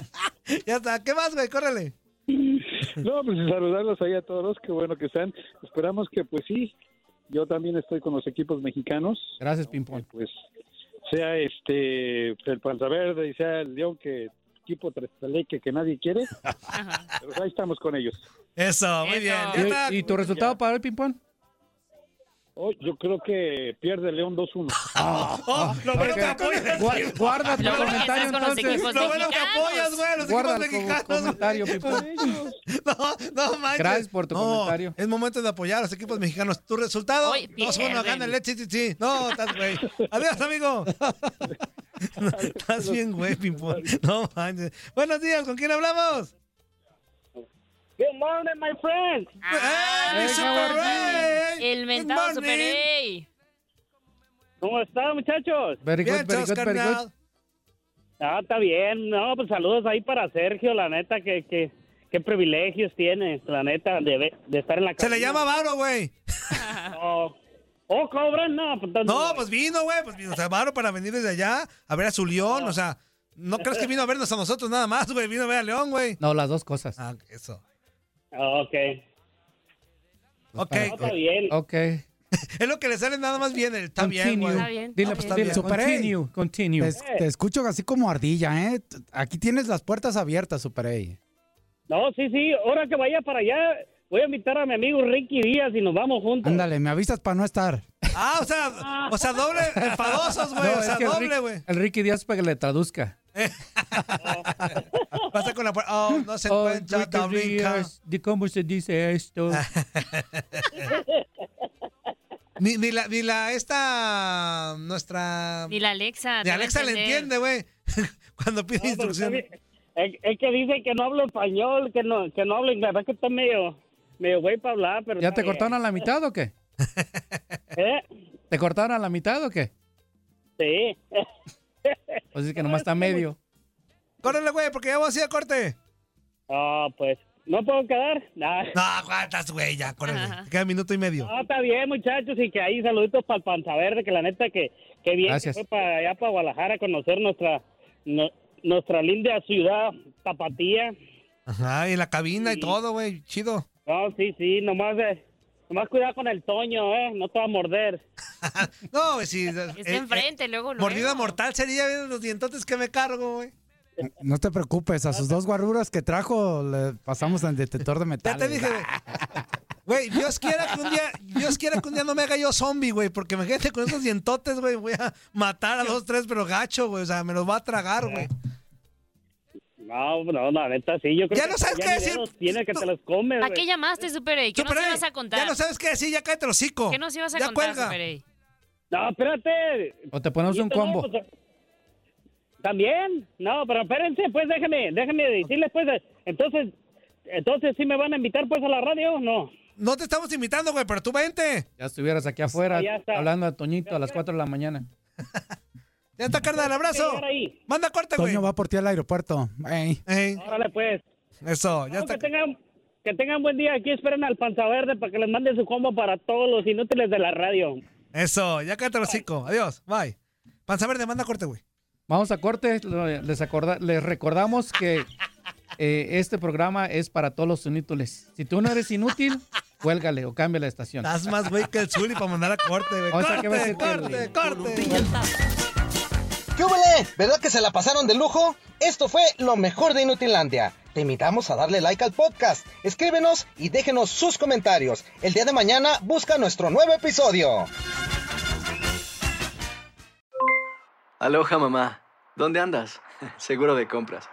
S1: ya está. ¿Qué más, güey? Córrele.
S15: No, pues saludarlos ahí a todos, qué bueno que están. Esperamos que, pues sí, yo también estoy con los equipos mexicanos.
S5: Gracias, Pimpón.
S15: Pues sea este el Panza Verde y sea el León que equipo Trestaleque que nadie quiere. Pero ahí estamos con ellos.
S1: Eso, Ah, muy bien.
S15: Ya está.
S5: ¿Y, y tu resultado para el ping-pong?
S15: Hoy yo creo que pierde León 2-1.
S1: Oh, lo bueno que apoyas.
S5: Guar- guarda tu
S15: Lo bueno que
S5: comentario
S15: estás con los
S5: entonces.
S15: equipos Lo bueno que mexicanos. apoyas, güey, los
S5: Guarda
S1: equipos
S5: tu
S1: mexicanos, güey.
S5: comentario, Pimpón.
S1: No, no manches.
S5: Gracias por tu
S1: No,
S5: comentario.
S1: Es momento de apoyar a los equipos mexicanos. ¿Tu resultado?
S5: Hoy
S1: 2-1,
S5: pierden.
S1: gana el HTT. No, estás güey. Adiós, amigo. estás bien, güey, Pimpón. No manches. Buenos días, ¿con quién hablamos?
S8: Good morning, my friend.
S3: Ah,
S1: ¡Eh, mi Super Rey!
S3: El mentado Super Ey.
S8: ¿Cómo están, muchachos?
S5: Very
S3: good, Bien, very chavos, good, very carnal. good.
S8: Ah, está bien. No, pues saludos ahí para Sergio, la neta, que, que qué privilegios tiene, la neta, de, ve- de estar en la
S1: Se le
S8: cabina.
S1: llama Varo, güey.
S8: Oh, oh, cobran, no. Pues, entonces
S1: No, pues vino, güey. Pues vino. O sea, Varo para venir desde allá a ver a su León. O sea, no crees que vino a vernos a nosotros nada más, güey. Vino a ver a León, güey.
S5: No, las dos cosas.
S1: Ah, eso.
S8: Ok.
S1: Ok.
S5: No, está bien. Ok.
S1: es lo que le sale nada más bien. el Está bien,
S5: Continue.
S1: güey.
S5: Dile,
S1: Ah, pues, está
S5: dile,
S1: bien.
S5: Super Ey. continue, continue.
S4: Te, es- te escucho así como ardilla, ¿eh? T- Aquí tienes las puertas abiertas, Super Ey.
S8: No, sí, sí, ahora que vaya para allá, voy a invitar a mi amigo Ricky Díaz y nos vamos juntos.
S4: Ándale, me avisas para no estar.
S1: Ah, o sea, o sea, doble enfadosos, güey.
S5: No,
S1: o
S5: es
S1: sea,
S5: que el
S1: doble,
S5: Rick-
S1: güey.
S5: El Ricky Díaz para que le traduzca.
S1: Pasa con la puerta. Oh, no se
S5: Oh,
S1: encuentra ah.
S5: Ricky
S1: Tablinka.
S5: Díaz, ¿de cómo se dice esto?
S1: Ni, ni la, ni la, esta, nuestra.
S3: Ni la Alexa.
S1: Ni Alexa le entiende, güey. Cuando pide instrucciones.
S8: Es, es que dice que no hablo español, que no, que no hablo inglés, es que está medio, medio güey para hablar, pero...
S5: ¿Ya
S8: está
S5: te
S8: bien.
S5: cortaron a la mitad o qué?
S8: ¿Eh?
S5: ¿Te cortaron a la mitad o qué?
S8: Sí.
S5: Pues es que nomás está medio.
S1: Córrele, güey, porque ya vamos a ir a corte.
S8: Ah, pues, ¿no puedo quedar? Nah.
S1: No, aguantas, güey, ya, córrele. Te queda minuto y medio.
S8: No, está bien, muchachos, y que ahí saluditos para el Panza Verde, que la neta que, que bien
S1: Gracias.
S8: que fue para allá, para Guadalajara, a conocer nuestra, no- nuestra linda ciudad, Tapatía.
S1: Ajá, y la cabina y todo, güey. Chido.
S8: No, sí, sí, nomás, eh, nomás cuidado con el toño, ¿eh? No te va a morder.
S1: No, pues güey, si.
S3: Está enfrente, luego lo
S1: Eh, Mordida mortal sería ver los dientotes que me cargo, güey.
S4: No te preocupes, a sus dos guarruras que trajo le pasamos al detector de metal.
S1: Ya te dije, güey. Güey, Dios quiera que un día, Dios quiera que un día no me haga yo zombie, güey, porque imagínate con esos dientotes, güey, voy a matar a dos, tres, pero gacho, güey, o sea, me los va a tragar, güey.
S8: No, no, la neta sí, yo creo
S1: Ya
S8: que
S1: no sabes
S8: ya
S1: qué
S8: ni
S1: decir.
S8: dedos Tiene que te los comes,
S3: ¿A
S8: güey.
S3: qué llamaste, Super Ey? ¿Qué nos ibas a contar?
S1: Ya no sabes qué decir, ya cállate el hocico.
S3: ¿Qué nos ibas a
S1: Ya
S3: contar,
S1: cuelga.
S3: Super Ey?
S8: No, espérate.
S5: O te ponemos un
S8: Poquito, no,
S5: combo.
S8: pues, ¿También? No, pero espérense, pues déjame, déjame decirles, pues, eh, entonces, entonces sí me van a invitar, pues, a la radio o no.
S1: No te estamos invitando, güey, pero tú vente.
S5: Ya estuvieras aquí afuera
S8: Ah, ya está.
S5: hablando a Toñito a las 4 de la mañana.
S1: Ya está, carnal, abrazo. Manda corte, güey.
S4: Toño va por ti al aeropuerto. Ey.
S8: Órale, pues.
S1: Eso, ya
S8: está. Que tengan, que tengan buen día. Aquí esperen al Panza Verde para que les mande su combo para todos los inútiles de la radio.
S1: Eso, ya cállate el hocico. Adiós, bye. Panza verde, manda corte, güey.
S5: Vamos a corte. lo- Les, acorda- les recordamos que eh, este programa es para todos los inútiles. Si tú no eres inútil, cuélgale o cambia la estación.
S1: Estás más güey que el Zuli para mandar a corte, güey.
S5: O sea, ¿qué va a
S1: Corte,
S5: decir que el-
S1: corte, corte.
S16: ¿Qué huele? ¿Verdad que se la pasaron de lujo? Esto fue lo mejor de Inutilandia. Te invitamos a darle like al podcast, escríbenos y déjenos sus comentarios. El día de mañana busca nuestro nuevo episodio.
S17: Aloha mamá, ¿dónde andas? Seguro de compras.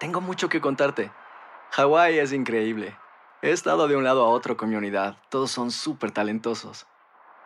S17: Tengo mucho que contarte. Hawái es increíble. He estado de un lado a otro con mi unidad. Todos son súper talentosos.